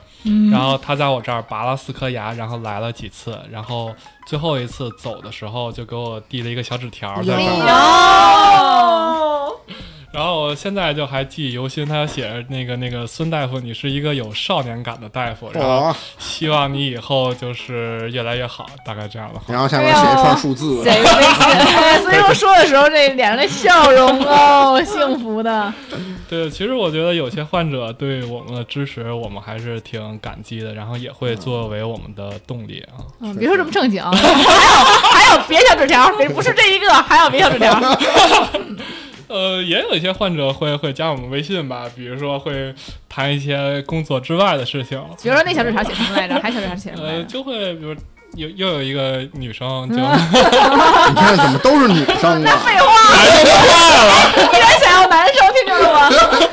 S6: 然后她在我这儿拔了四颗牙，然后来了几次，然后最后一次走的时候就给我递了一个小纸条在那
S5: 哎
S6: 儿，
S5: 呦
S4: 哦，
S6: 然后我现在就还记忆犹新，她写着那个那个孙大夫，你是一个有少年感的大夫，然
S4: 啊
S6: 后
S5: 哦，
S6: 希望你以后就是越来越好，大概这样的话。
S5: 然后下面写一串数字，
S4: 对，所以我说的时候这脸上的笑容哦，幸福的。
S6: 对，其实我觉得有些患者对我们的支持，我们还是挺感激的，然后也会作为我们的动力啊。
S4: 嗯，别说这么正经，还有还有别小纸条，别不是这一个，还有别小纸条。
S6: 呃，也有一些患者会会加我们微信吧，比如说会谈一些工作之外的事情，
S4: 比如说那小纸条写什么来着？还小纸条写什么来
S6: 呃，
S4: 着？
S6: 就会比如有又有一个女生就
S4: 嗯 啊
S5: 你看怎么都是女生啊？
S4: 废话，
S6: 哎
S4: 依然想要男生，听见了吗？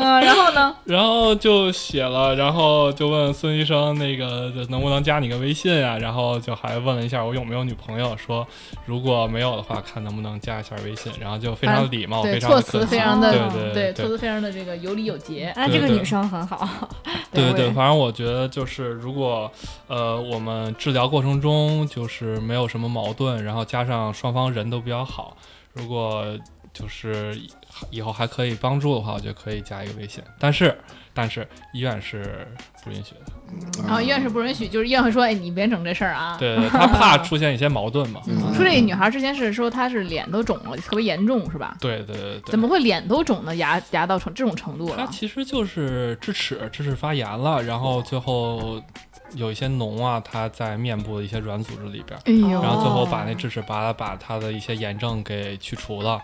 S4: 嗯，然后呢？
S6: 然后就写了，然后就问孙医生那个就能不能加你个微信啊？然后就还问了一下我有没有女朋友，说如果没有的话，看能不能加一下微信。然后就非常礼貌，
S4: 哎对，
S6: 哦非常
S4: 措
S6: 的
S4: 辞
S6: 客
S4: 非
S6: 气，
S4: 常的
S6: 对对
S4: 嗯对，措辞非常的这个有理有节。
S2: 那哎这个女生很 好，
S6: 对
S2: 对
S6: 对，反正我觉得就是，如果呃我们治疗过程中就是没有什么矛盾，然后加上双方人都比较好，如果就是以以后还可以帮助的话，我觉得可以加一个微信。但是，但是医院是不允许 的，
S4: 然后医院是不允许，就是医院会说，哎，你别整这事儿啊。
S6: 对对，对他怕出现一些矛盾嘛。
S4: 嗯，说这女孩之前是说她是脸都肿了，特别严重，是吧？
S6: 对对对对
S4: 怎。么会脸都肿的牙牙到成这种程度
S6: 它
S4: 了？
S6: 其实就是智齿，智齿发炎了，然后最后有一些脓啊，它在面部的一些软组织里边儿，
S4: 哎呦，
S6: 然后最后把那智齿拔了，把它的一些炎症给去除了。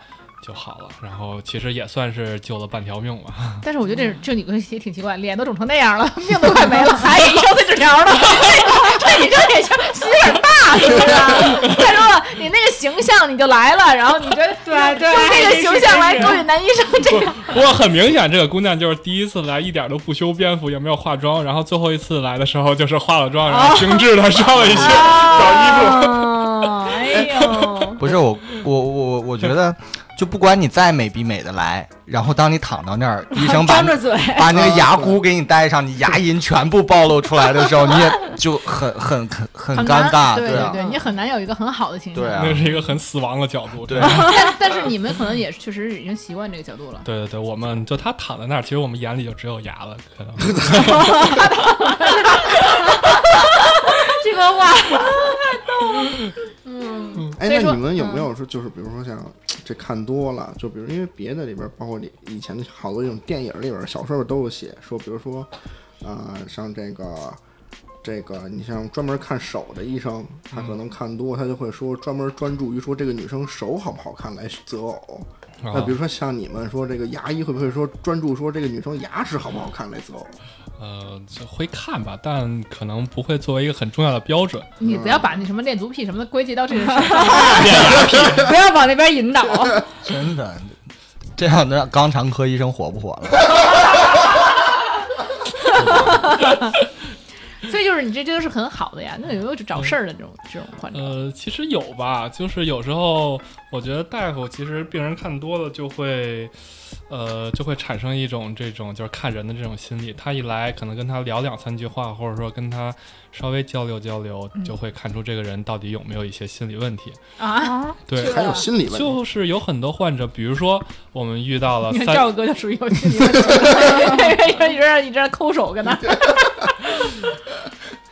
S6: 就好了，然后其实也算是救了半条命吧。
S4: 但是我觉得这这女的也挺奇怪，脸都肿成那样了， 命都快没了，嗯还给医生碎纸条呢。 这你这也是心有点大，是不是啊？再说了，你那个形象你就来了，然后你觉啊得
S2: 对对
S4: 用这个形象来勾引男医生，这 个
S6: 不过很明显，这个姑娘就是第一次来，一点都不修边幅，也没有化妆。然后最后一次来的时候，就是化了妆，然后精致的上了一些小衣服。
S4: 哦，哎呦，
S3: 不是我，我我我觉得，就不管你再美比美的来，然后当你躺到那儿，医生把
S2: 张着嘴，
S3: 把那个牙箍给你戴上，你牙龈全部暴露出来的时候，你也就很很很 很
S4: 很
S3: 尴
S4: 难
S3: 尬，
S4: 对
S3: 啊，
S4: 对，你很难有一个很好的形象。
S3: 对啊
S6: 那，是一个很死亡的角度。
S3: 对
S6: 真的
S3: 啊。
S4: 但但是你们可能也是确实已经习惯这个角度了。
S6: 对对对，我们就她躺在那儿，其实我们眼里就只有牙了，可能。
S2: 这个话
S5: 哎，
S4: 所以
S5: 那
S4: 说
S5: 你们有没有说，就是比如说像这看多了，就比如因为别的里边，包括你以前的好多这种电影里边、小说里都有写说，比如说，呃，像这个这个，你像专门看手的医生，他可能看多，他就会说专门专注于说这个女生手好不好看来择偶。那比如说像你们说这个牙医会不会说专注说这个女生牙齿好不好看来择偶？
S6: 呃，这会看吧，但可能不会作为一个很重要的标准。
S4: 你不要把那什么恋足癖什么的归结到这个事 儿。
S2: 不要往那边引导。
S3: 真的，这样的肛肠科医生火不火了？
S4: 所以就是你这这都是很好的呀，那有没有找事儿的这种这种患者？
S3: 嗯
S6: 呃，其实有吧，就是有时候我觉得大夫其实病人看多了就会，呃，就会产生一种这种就是看人的这种心理。他一来可能跟他聊两三句话，或者说跟他稍微交流交流，
S4: 嗯
S6: 就会看出这个人到底有没有一些心理问题。
S4: 啊，
S6: 对，
S5: 还有心理问题，
S6: 就是有很多患者，比如说我们遇到了
S4: 你看
S6: 啊三
S4: 赵哥就属于有心理问题， 一直一直抠手跟那儿，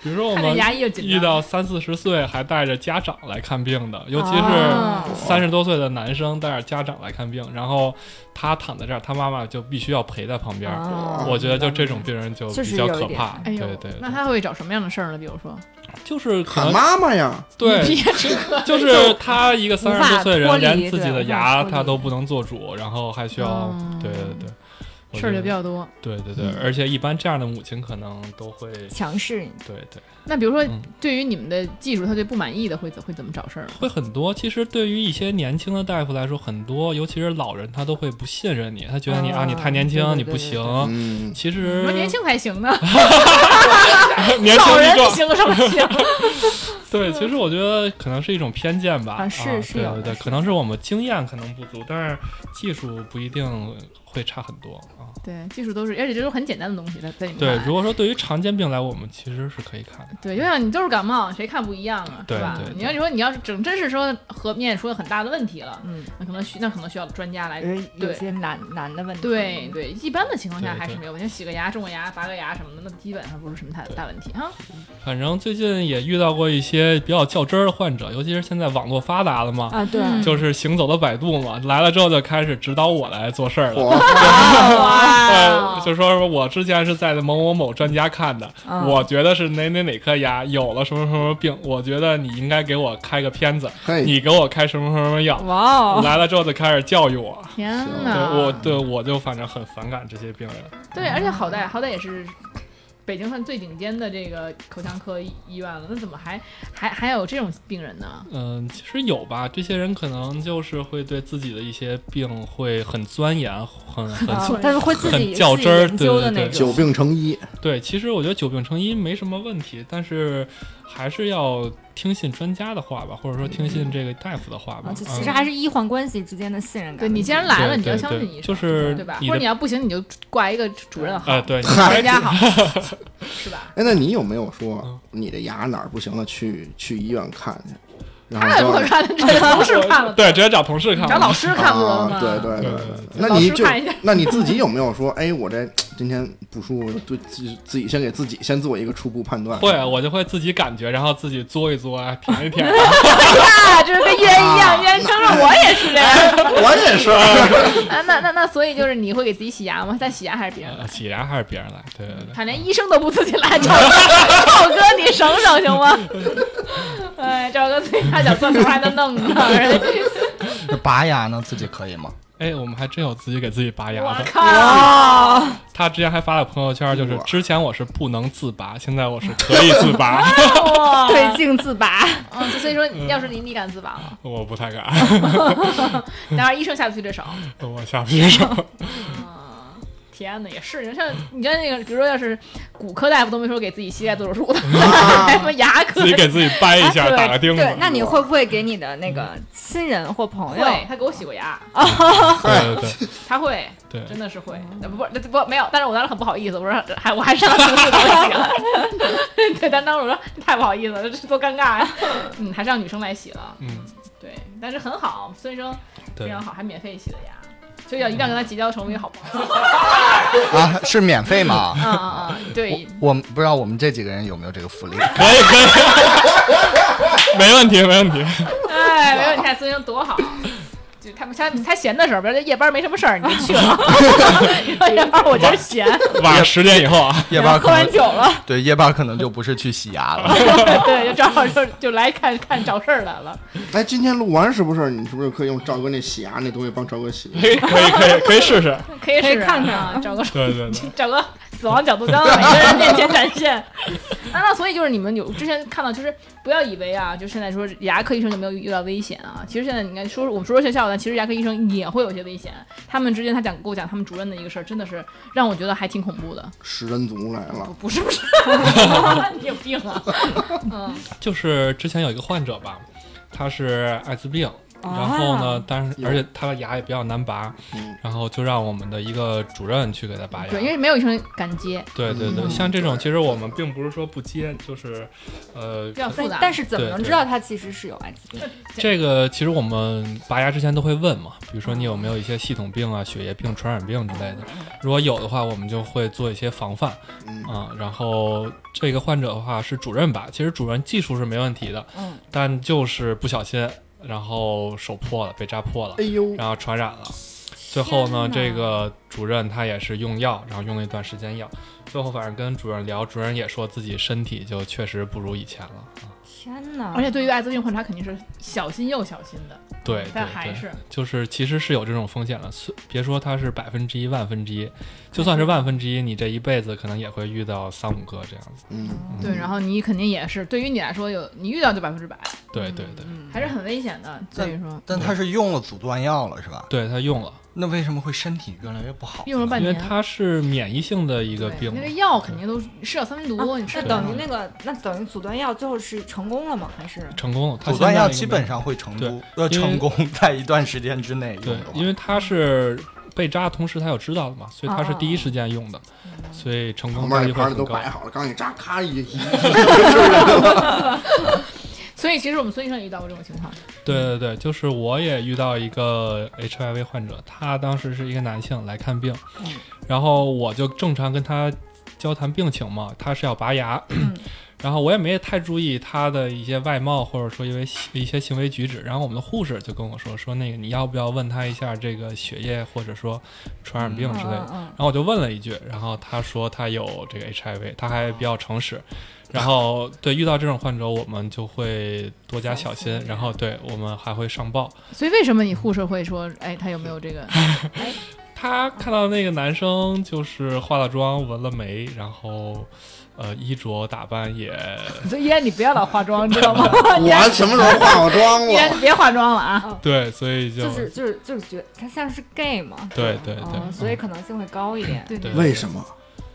S6: 比如说我
S4: 看着
S6: 们
S4: 牙医就紧张
S6: 遇到三四十岁还带着家长来看病的，尤其
S4: 哦
S6: 是三十多岁的男生带着家长来看病，然后他躺在这儿，他妈妈就必须要陪在旁边。
S2: 哦
S6: 我觉得就这种病人就比较可怕，
S4: 哎
S6: 对
S4: 呦，
S6: 对对，
S4: 那他会找什么样的事儿呢？比如说，
S6: 就是可
S5: 喊
S6: 能
S5: 妈妈呀！
S6: 对，
S4: 别这个
S6: 就是他一个三十多岁
S2: 无法脱
S6: 人，
S2: 离
S6: 连自己的
S2: 对无法
S6: 牙
S2: 脱离哦
S6: 他都不能做主，然后还需要
S4: 嗯
S6: 对对对，我
S4: 事儿就
S6: 觉得
S4: 比较多。
S6: 对对
S2: 嗯
S6: 对，而且一般这样的母亲可能都会
S2: 强势你，
S6: 对对。
S4: 那比如说
S6: 嗯，
S4: 对于你们的技术，他对不满意的会怎会怎么找事儿呢？
S6: 会很多。其实对于一些年轻的大夫来说，很多，尤其是老人，他都会不信任你，他觉得你啊，
S2: 啊
S6: 你太年
S2: 对
S6: 轻，
S2: 对
S6: 你
S2: 对
S6: 不
S2: 对
S6: 行。
S5: 嗯，
S6: 其
S4: 我
S6: 实
S4: 们年轻才行呢，
S6: 年
S4: 老
S6: 轻
S4: 人
S6: 力 壮，
S4: 行什么行？
S6: 对，其实我觉得可能是一种偏见吧。
S2: 啊是是
S6: 对
S2: 有
S6: 对
S2: 的
S6: 对，
S2: 是
S6: 可能是我们经验可能不足，但是技术不一定会差很多啊。
S4: 对，技术都是，而且这都是很简单的东西，在在你们
S6: 对
S2: 哎
S4: 看，来
S6: 如果说对于常见病来，我们其实是可以看的。
S4: 对，就像你都是感冒，谁看不一样啊，
S6: 对
S4: 是吧
S6: 对？对
S4: 你要你说你要是整真是说和面出了很大的问题了，
S2: 嗯，
S4: 那可能需那可能需要专家来
S2: 而有
S4: 对
S2: 些难难的问题。
S4: 对对，一般的情况下
S6: 对
S4: 还是
S6: 对
S4: 没有问题，洗个牙、种个牙、拔个牙什么的，那基本上不是什么太
S6: 对
S4: 大问题哈。
S6: 反正最近也遇到过一些比较较真儿的患者，尤其是现在网络发达了嘛，
S2: 啊，对，
S4: 嗯
S6: 就是行走的百度嘛，来了之后就开始指导我来做事儿了。
S5: 我
S6: 呃，
S2: 哦
S6: 就说我之前是在某某某专家看的，
S2: 嗯
S6: 我觉得是哪哪哪颗牙有了什么什么病，我觉得你应该给我开个片子，
S5: 嘿，
S6: 你给我开什么什么药。
S2: 哇哦，嗯
S6: 来了之后就开始教育我，
S4: 天
S6: 对
S4: 哪！
S6: 我对我就反正很反感这些病人。
S4: 对，而且好歹好歹也是北京算最顶尖的这个口腔科医医院了，那怎么还还还有这种病人呢？
S6: 嗯，其实有吧，这些人可能就是会对自己的一些病会很钻研，很很
S2: 啊他们会自己
S6: 很较真儿
S2: 自己研究的
S6: 对对
S2: 那
S6: 对
S5: 久
S2: 种。
S5: 病成医，
S6: 对，其实我觉得久病成医没什么问题，但是还是要听信专家的话吧，或者说听信这个大夫的话吧
S2: 啊，。就其实
S6: 嗯
S2: 还是医患关系之间的信任感。
S4: 对你既然来了，
S6: 对
S4: 你就要
S6: 对
S4: 相
S6: 对
S4: 信医生，
S6: 就是
S4: 对吧？
S6: 你
S4: 或者
S6: 的
S4: 你要不行，你就挂一个主任号，
S6: 呃，对，
S4: 专家好，是吧？
S5: 哎，那你有没有说
S6: 嗯
S5: 你这牙哪儿不行了，去去医院看去？然
S4: 太不
S5: 后
S4: 可
S5: 就
S4: 看了，这同事看了，
S6: 哎对，直接找同事看。
S4: 找老师看不得了
S5: 啊
S4: 吗？，
S5: 对对对
S6: 对
S5: 对
S6: 对，
S5: 那
S4: 老
S5: 你
S4: 师
S5: 就
S4: 看一下
S5: 那你自己有没有说，哎，我这今天不舒服，对自己自己先给自己先做一个初步判断。
S6: 会，我就会自己感觉，然后自己嘬一嘬啊，舔一舔啊。
S4: 啊，就是跟渊一样，渊正正我也是这样
S5: 我也 是，
S4: 啊。那那那，所以就是你会给自己洗牙吗？但洗牙还是别人来
S6: 呃，？喜然还是别人来，对对对。
S4: 他连医生都不自己来，赵哥，赵哥你省省行吗？ 哎，赵哥自己拿小钻头还能弄呢，
S3: 拔牙呢，自己可以吗？
S6: 哎，我们还真有自己给自己拔牙
S4: 我
S6: 的。
S4: 靠！
S6: 他之前还发了朋友圈，就是
S5: 哇
S6: 之前我是不能自拔，现在我是可以自 拔。
S4: 哇
S2: 对啊镜自拔，
S4: 嗯，所以说，要是你，你敢自拔吗？
S6: 我不太敢，
S4: 当然，医生下不去这手。
S6: 我下不去手。
S4: 天哪，也是，你像你像那个，比如说，要是骨科大夫都没说给自己膝盖做手术的，还 什么牙科
S6: 自己给自己掰一
S4: 啊
S6: 下，
S2: 对
S6: 打个钉子。
S2: 对，那你会不会给你的那个
S6: 嗯
S2: 亲人或朋友？
S4: 会，他给我洗过牙，
S6: 对对
S4: 他会，
S6: 对 对
S4: 真的是会，呃不不不没有，但是我当时很不好意思，我说还我还上了同事给我 洗了，对，但当时我说太不好意思了，这多尴尬呀、嗯，还是让女生来洗了，
S6: 嗯，
S4: 对，但是很好，孙医生非
S6: 对
S4: 常好，还免费洗了牙，所以要一定要跟他结交成为好朋 友，
S3: 啊，是免费吗？
S4: 啊啊啊，对，
S3: 我我们不知道我们这几个人有没有这个福 利。
S6: 可以可以，没问题没问题。
S4: 哎，没有，你看孙医生多好。就他们他他闲的时候，比如说夜班没什么事儿，你就去 了。你说夜班我就是闲，
S6: 晚上十点以后啊，
S3: 夜班
S4: 喝
S3: 可
S4: 完
S3: 能
S4: 酒了，
S3: 对夜班可能就不是去洗牙了，
S4: 对，就正好就就来看看找事儿来了。
S5: 哎，今天录完是不是？你是不是可以用赵哥那洗牙那东西帮赵哥洗？
S4: 嗯
S6: 可以可以可以可以试试。
S4: 可以
S2: 可以
S4: 试试
S2: 看看
S4: 啊，找个
S6: 对对对，
S4: 找个死亡角度将每个人面前展现。啊， 那所以就是你们有之前看到，就是不要以为啊，就现在说牙科医生就没有遇到危险啊。其实现在你看说，我们说说学校的，其实牙科医生也会有些危险。他们之间他讲给我讲他们主任的一个事儿，真的是让我觉得还挺恐 怖的。
S5: 食人族来了
S4: 不，不是不是，你有病啊！嗯，
S6: 就是之前有一个患者吧，他是艾滋病，
S4: 啊
S6: 然后呢，但是
S5: 有
S6: 而且他的牙也比较难拔
S5: 嗯，
S6: 然后就让我们的一个主任去给他拔牙。
S4: 对，因为没有医生敢接，
S6: 对对对，
S5: 嗯
S6: 像这种
S5: 对
S6: 其实我们并不是说不接，就是，呃
S4: 比，较复
S2: 但
S4: 杂。
S2: 但
S4: 是
S2: 是怎么
S6: 对
S2: 能
S6: 对
S2: 知道他其实是有艾滋病？
S6: 这个其实我们拔牙之前都会问嘛，比如说
S4: 嗯
S6: 你有没有一些系统病啊、血液病、传染病之类的，如果有的话，我们就会做一些防范
S5: 嗯，
S6: 啊、然后这个患者的话是主任拔，其实主任技术是没问题的，
S2: 嗯，
S6: 但就是不小心，然后手破了，被扎破了
S5: 哎，呦，
S6: 然后传染了。最后呢，
S2: 天哪
S6: 这个主任他也是用药，然后用了一段时间药，最后反正跟主任聊，主任也说自己身体就确实不如以前了。啊
S2: 天哪！
S4: 而且对于艾滋病患者，他肯定是小心又小心的，
S6: 对，
S4: 但
S6: 对
S4: 还
S6: 对
S4: 是
S6: 就是其实是有这种风险的，虽别说它是百分之一、万分之一，就算是万分之一，你这一辈子可能也会遇到三五个这样子。
S5: 嗯，
S4: 对。然后你肯定也是，对于你来说有你遇到就百分之百。
S6: 对对对，
S2: 嗯
S4: 还是很危险的。所以说，
S3: 但他是用了阻断药了是吧？
S6: 对他用了，
S3: 那为什么会身体越来越不好？
S4: 用了半
S6: 因为
S4: 年，
S6: 它是免疫性的一个
S4: 对
S6: 病嘛啊
S4: 那。个药肯定都是是药三分毒，你吃
S2: 那
S4: 了
S6: 嗯
S2: 等于那个，那等于阻断药最后是成功了吗？还是
S6: 成功了，它
S3: 阻断药
S6: 现在
S3: 基
S6: 应该
S3: 本上会成
S6: 对
S3: 功，呃，
S6: 因为
S3: 成功 在一段时间之内用
S6: 对
S3: 的，话
S6: 因为它是被扎，同时他有知道的嘛，所以他是第
S4: 哦
S6: 一时间用的，
S4: 嗯
S6: 所以成
S5: 旁
S6: 功概
S5: 边
S6: 率
S5: 那
S6: 会
S5: 盘子
S6: 很
S5: 都
S6: 高。
S5: 摆好了，刚一扎，咔一 一，
S4: 所以其实我们孙医生也遇到过这种情况，
S6: 对对对，就是我也遇到一个 HIV 患者，他当时是一个男性来看病，然后我就正常跟他交谈病情嘛，他是要拔牙， 然后我也没太注意他的一些外貌或者说因为一些行为举止，然后我们的护士就跟我说说那个你要不要问他一下这个血液或者说传染病之类的，然后我就问了一句，然后他说他有这个 HIV，他还比较诚实。然后对遇到这种患者，我们就会多加小心，然后对我们还会上报。
S4: 所以为什么你护士会说，哎，他有没有这 个？
S6: 他看到那个男生就是化了妆、纹了眉，然后呃衣着打扮也
S4: 所以依然你不要老化妆，知道吗？
S5: 我什么时候化过妆
S4: 依然
S5: 了？
S4: 你别化妆了啊！
S6: 对，所以就、
S2: 就是就是就是觉得他像是 gay 嘛？
S6: 对对对，嗯
S2: 嗯，所以可能性会高一点。哦
S4: 对
S6: 对嗯
S5: 为什么？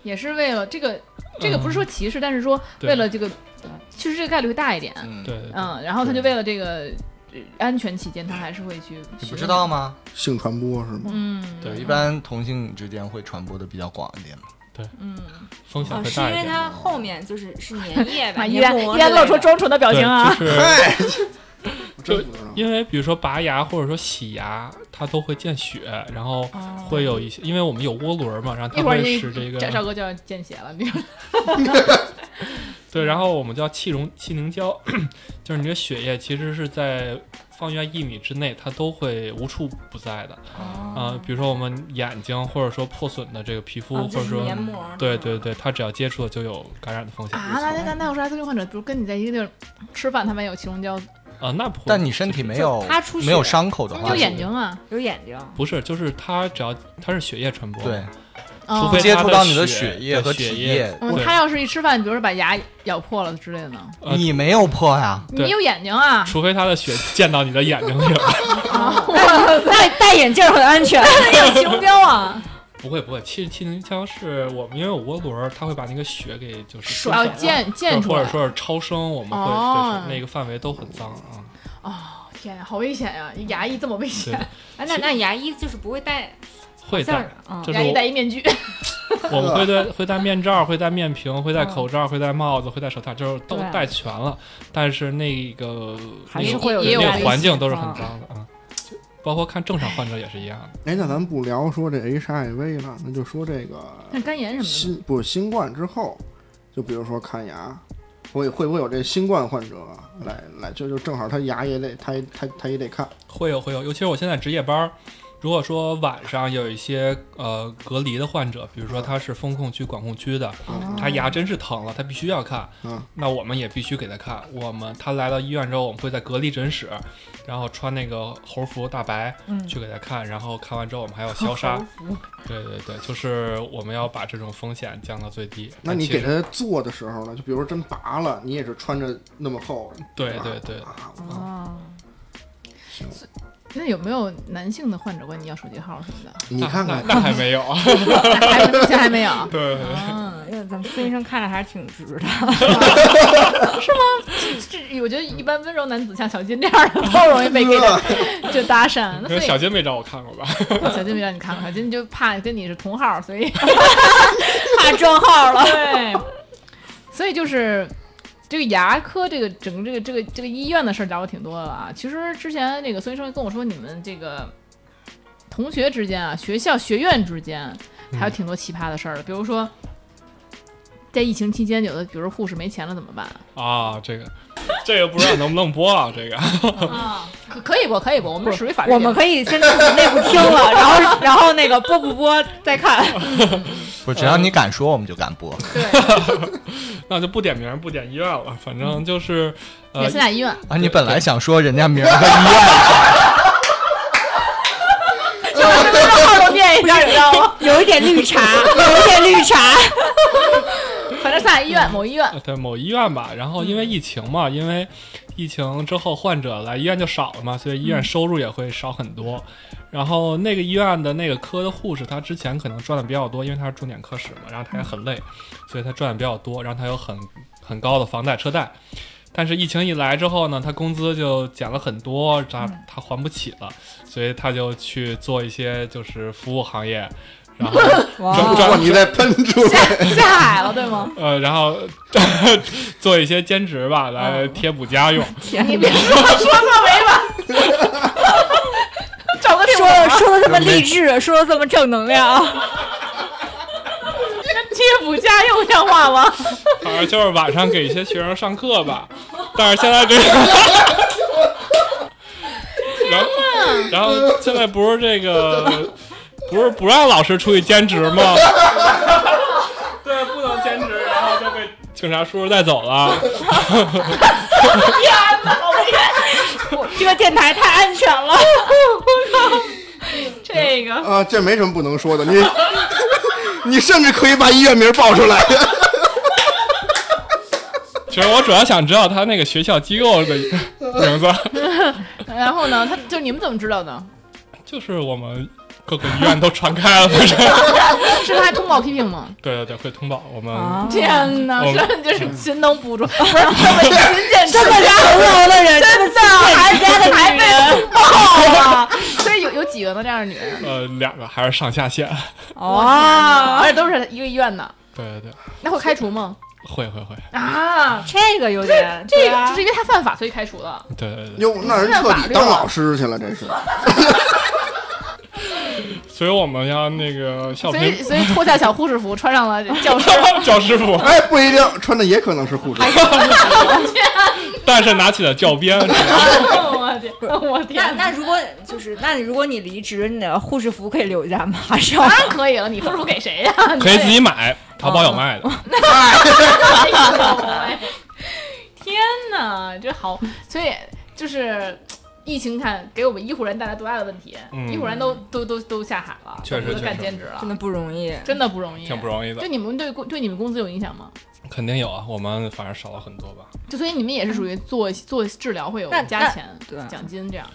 S4: 也是为了这个，这个不是说歧视，但是说
S6: 对
S4: 为了这个，呃其实这个概率会大一点。
S3: 嗯，
S6: 对对对
S4: 嗯，然后他就为了这个呃安全起见，他还是会去。
S3: 你不知道？吗？
S5: 性传播是吗？
S4: 嗯，
S3: 对，一般同性之间会传播的比较广一点嘛。
S6: 风险
S2: 哦，
S6: 会
S2: 是
S6: 大
S2: 因
S6: 一
S2: 为
S6: 点。嗯
S2: 他后面就是是粘液吧，
S4: 啊，依
S2: 黏
S4: 然
S2: 膜
S4: 依然
S2: 之类
S4: 露出
S2: 的
S4: 装纯的表
S6: 对，
S4: 情啊！
S6: 就是
S5: 哎，真不知道。
S6: 因为比如说拔牙或者说洗牙，它都会见血，然后会有一些，因为我们有涡轮嘛，然后
S4: 一
S6: 它
S4: 会儿
S6: 会
S4: 你
S6: 使这
S4: 赵
S6: 个
S4: 赵哥就要见血了，比如
S6: 对，然后我们叫气溶气凝胶，就是你的血液其实是在方圆一米之内，它都会无处不在的啊、
S2: 嗯
S6: 比如说我们眼睛或者说破损的这个皮肤，
S2: 哦
S6: 或
S2: 就
S6: 者
S2: 是
S6: 说
S2: 黏膜
S6: 对对对，它只要接触了就有感染的风险。
S4: 啊，那那那那我说艾滋病患者，比如跟你在一个地儿吃饭，他万一有气溶胶，
S6: 啊、那不会。
S3: 但你身体没有
S2: 就他出血
S3: 没有伤口的
S4: 他
S3: 话
S4: 们，就眼睛啊，
S2: 有眼睛，
S6: 不是，就是它只要它是血液传播，
S3: 对，
S6: 除
S4: 哦
S6: 非
S3: 接触到你
S6: 的
S3: 的
S6: 血
S3: 血液和
S6: 血
S3: 体
S6: 液
S3: 液，
S4: 嗯
S6: 对
S4: 他要是一吃饭，比如说把牙咬破了之类的呢，
S6: 呃
S3: 你没有破呀？
S6: 对
S4: 你有眼睛啊，
S6: 除非它的血 溅到你的眼睛里了。
S2: 戴戴眼镜很安全。
S4: 有气溶胶啊，
S6: 不会不会，气气凝胶是我们因为有涡轮儿，它会把那个血给就是
S4: 水要溅溅出
S6: 啊或
S4: 来
S6: 者，说是超声，我们会、
S4: 哦
S6: 对是那个范围都很脏啊。
S4: 天呀，好危险呀，牙医这么危
S6: 对
S4: 险，，
S2: 啊，那那牙医就是不会戴
S6: 会
S2: 像
S6: 戴，
S2: 啊
S6: 就
S4: 牙
S6: 是
S4: 医戴
S6: 我
S4: 一 面具，
S6: 我们会戴会戴面罩，会戴面屏，会戴口罩，会戴帽子，会戴手套，就是都
S2: 嗯对啊
S6: 戴全了。但是那个
S2: 还
S6: 那
S2: 是
S6: 个
S2: 会有
S4: 也
S6: 那
S4: 有危
S6: 个环
S4: 险
S6: 境都是很脏
S2: 嗯
S6: 的啊，包括看正常患者也是一样啊的。
S5: 哎，那咱们不聊说这 HIV 了，那就说这个
S4: 像肝炎什么
S5: 新不新冠之后，就比如说看牙，会会不会有这新冠患者来来，就就正好他牙也得，他也他他也得看，
S6: 会有会有，尤其是我现在值夜班儿，如果说晚上有一些呃隔离的患者，比如说他是风控区、管控区的，他牙真是疼了，他必须要看，
S5: 哦嗯
S6: 那我们也必须给他看。我们他来到医院之后，我们会在隔离诊室，然后穿那个猴服大白、
S4: 嗯
S6: 去给他看，然后看完之后我们还要消杀。对对对，就是我们要把这种风险降到最低。
S5: 那你
S6: 但其
S5: 给
S6: 实
S5: 他做的时候呢？就比如说真拔了，你也是穿着那么厚，
S6: 对
S5: 吧
S6: 对对
S5: 啊
S4: 的啊。那有没有男性的患者管你要手机号什么的？
S5: 你看看，
S6: 那那还没有啊？
S4: 还目前还没有。
S6: 对对对。
S4: 哦
S2: 嗯，因为咱们孙医生看着还是挺直的。
S4: 这我觉得一般温柔男子像小金这样的都容易被给就搭讪。那
S6: 因为
S4: 所以
S6: 小金没找我看过吧？
S4: 小金没让你看过，小金就怕跟你是同号，所以
S2: 怕撞号了。
S4: 对， 所以就是这个牙科这个整个这个这个这个医院的事儿聊的挺多的啊。其实之前那个孙医生跟我说，你们这个同学之间啊，学校学院之间还有挺多奇葩的事儿的，比如说。在疫情期间，有的比如说护士没钱了怎么办？
S6: 啊，这个这个不知道能不能播啊？这个。
S4: 啊，可可以不？可以不？我们属于法律。
S2: 我们可以先自己内部听了，然后然后那个播不播 再看。
S3: 不，只要你敢说，我们就敢播。
S6: 那就不点名儿不点医院了， 反正就是，
S4: 嗯也
S6: 呃
S4: 是，在医院，
S3: 啊，你本来想说人家名儿和医院，
S4: 后面一下，你知道哦吗？
S2: 有一点 绿茶，有一点绿茶。
S4: 反正在医院，某医 院，
S6: 呃对某医院吧。然后因
S4: 嗯
S6: 为疫情嘛，因为疫情之后患者来医院就少了嘛，所以
S4: 嗯
S6: 医院收入也会少很多。然后那个医院的那个科的护士，她之前可能赚的比较多，因为她是重点科室嘛，然后
S4: 嗯
S6: 她也很累，所以她赚的比较多，然后她有很很高的房贷车贷。但是疫情一来之后呢，她工资就减了很多，她
S4: 嗯
S6: 她还不起了，所以她就去做一些就是服务行业，然后
S5: 不
S6: 转
S5: 过
S6: 转
S5: 你再喷出来，
S4: 下海了，对吗？
S6: 呃，然后 做一些兼职吧，来贴补家用。
S4: 你别说说错没吧？找个地
S2: 说
S4: 方
S2: 的 说的这么励志，说的这么正能量，啊
S4: 贴补家用像话吗？
S6: 反正就是晚上给一些学生上课吧。但是现在这个，然后然后现在不是这个，不是不让老师出去兼职吗？ 对，不能兼职，然后就被警察叔叔带走了。嗯
S2: 这个电台太安全了。
S4: 这个
S5: 啊，这没什么不能说的，你你甚至可以把医院名报出来。
S6: 其实我主要想知道他那个学校机构的名字，
S4: 然后呢？他就你们怎么知道的？
S6: 就是我们各个医院都传开了，不是？
S4: 是他还通报批评吗？
S6: 对对对，会通报我们。
S4: 哦天哪，
S6: 我们
S4: 这就是勤能 补拙，不是这么勤俭持家，
S2: 温柔的人，
S4: 真的还是家的还被通报啊了。 所以有有几个呢？这样的女人，
S6: 呃，两个还是上下线。
S2: 哇，
S4: 而且都是一个医院的，
S6: 对对对，
S4: 那会开除吗？
S6: 会会会，
S4: 啊？
S2: 这个有点
S4: 这
S2: 对
S4: 个
S2: 啊
S4: 只是因为他犯法，所以开除了。
S6: 对对对。
S5: 哟，那人彻底当老师去了，这是。
S6: 所以我们要那个校
S4: 所
S6: 评
S4: 以所以脱下小护士服，穿上了教师。
S6: 赵师 傅，
S5: 哎，不一定，穿的也可能是护士。
S6: 但是拿起了教 鞭，
S4: 我天，我
S2: 那
S4: 天，
S2: 那如果就是那如果你离职，你的护士服可以留下吗？ 还是要
S4: 当然可以了，你护士服给 谁呀？
S6: 可以自己买，淘宝有卖
S4: 哦
S6: 的。
S4: 哎呦喂天哪，这好，所以就是。疫情看给我们医护人带来多大的问题？
S6: 嗯
S4: 医护人都都都都下海了，
S6: 确实
S4: 都不
S6: 确实
S4: 干兼职了
S2: 真，的不容易？
S4: 真的不容易，
S6: 挺不容易的
S4: 就你们对对你们工资有影响吗？
S6: 肯定有啊，我们反而少了很多吧。
S4: 就所以你们也是属于做做治疗会有
S2: 那
S4: 加
S2: 那
S4: 钱
S2: 对
S4: 奖金这样。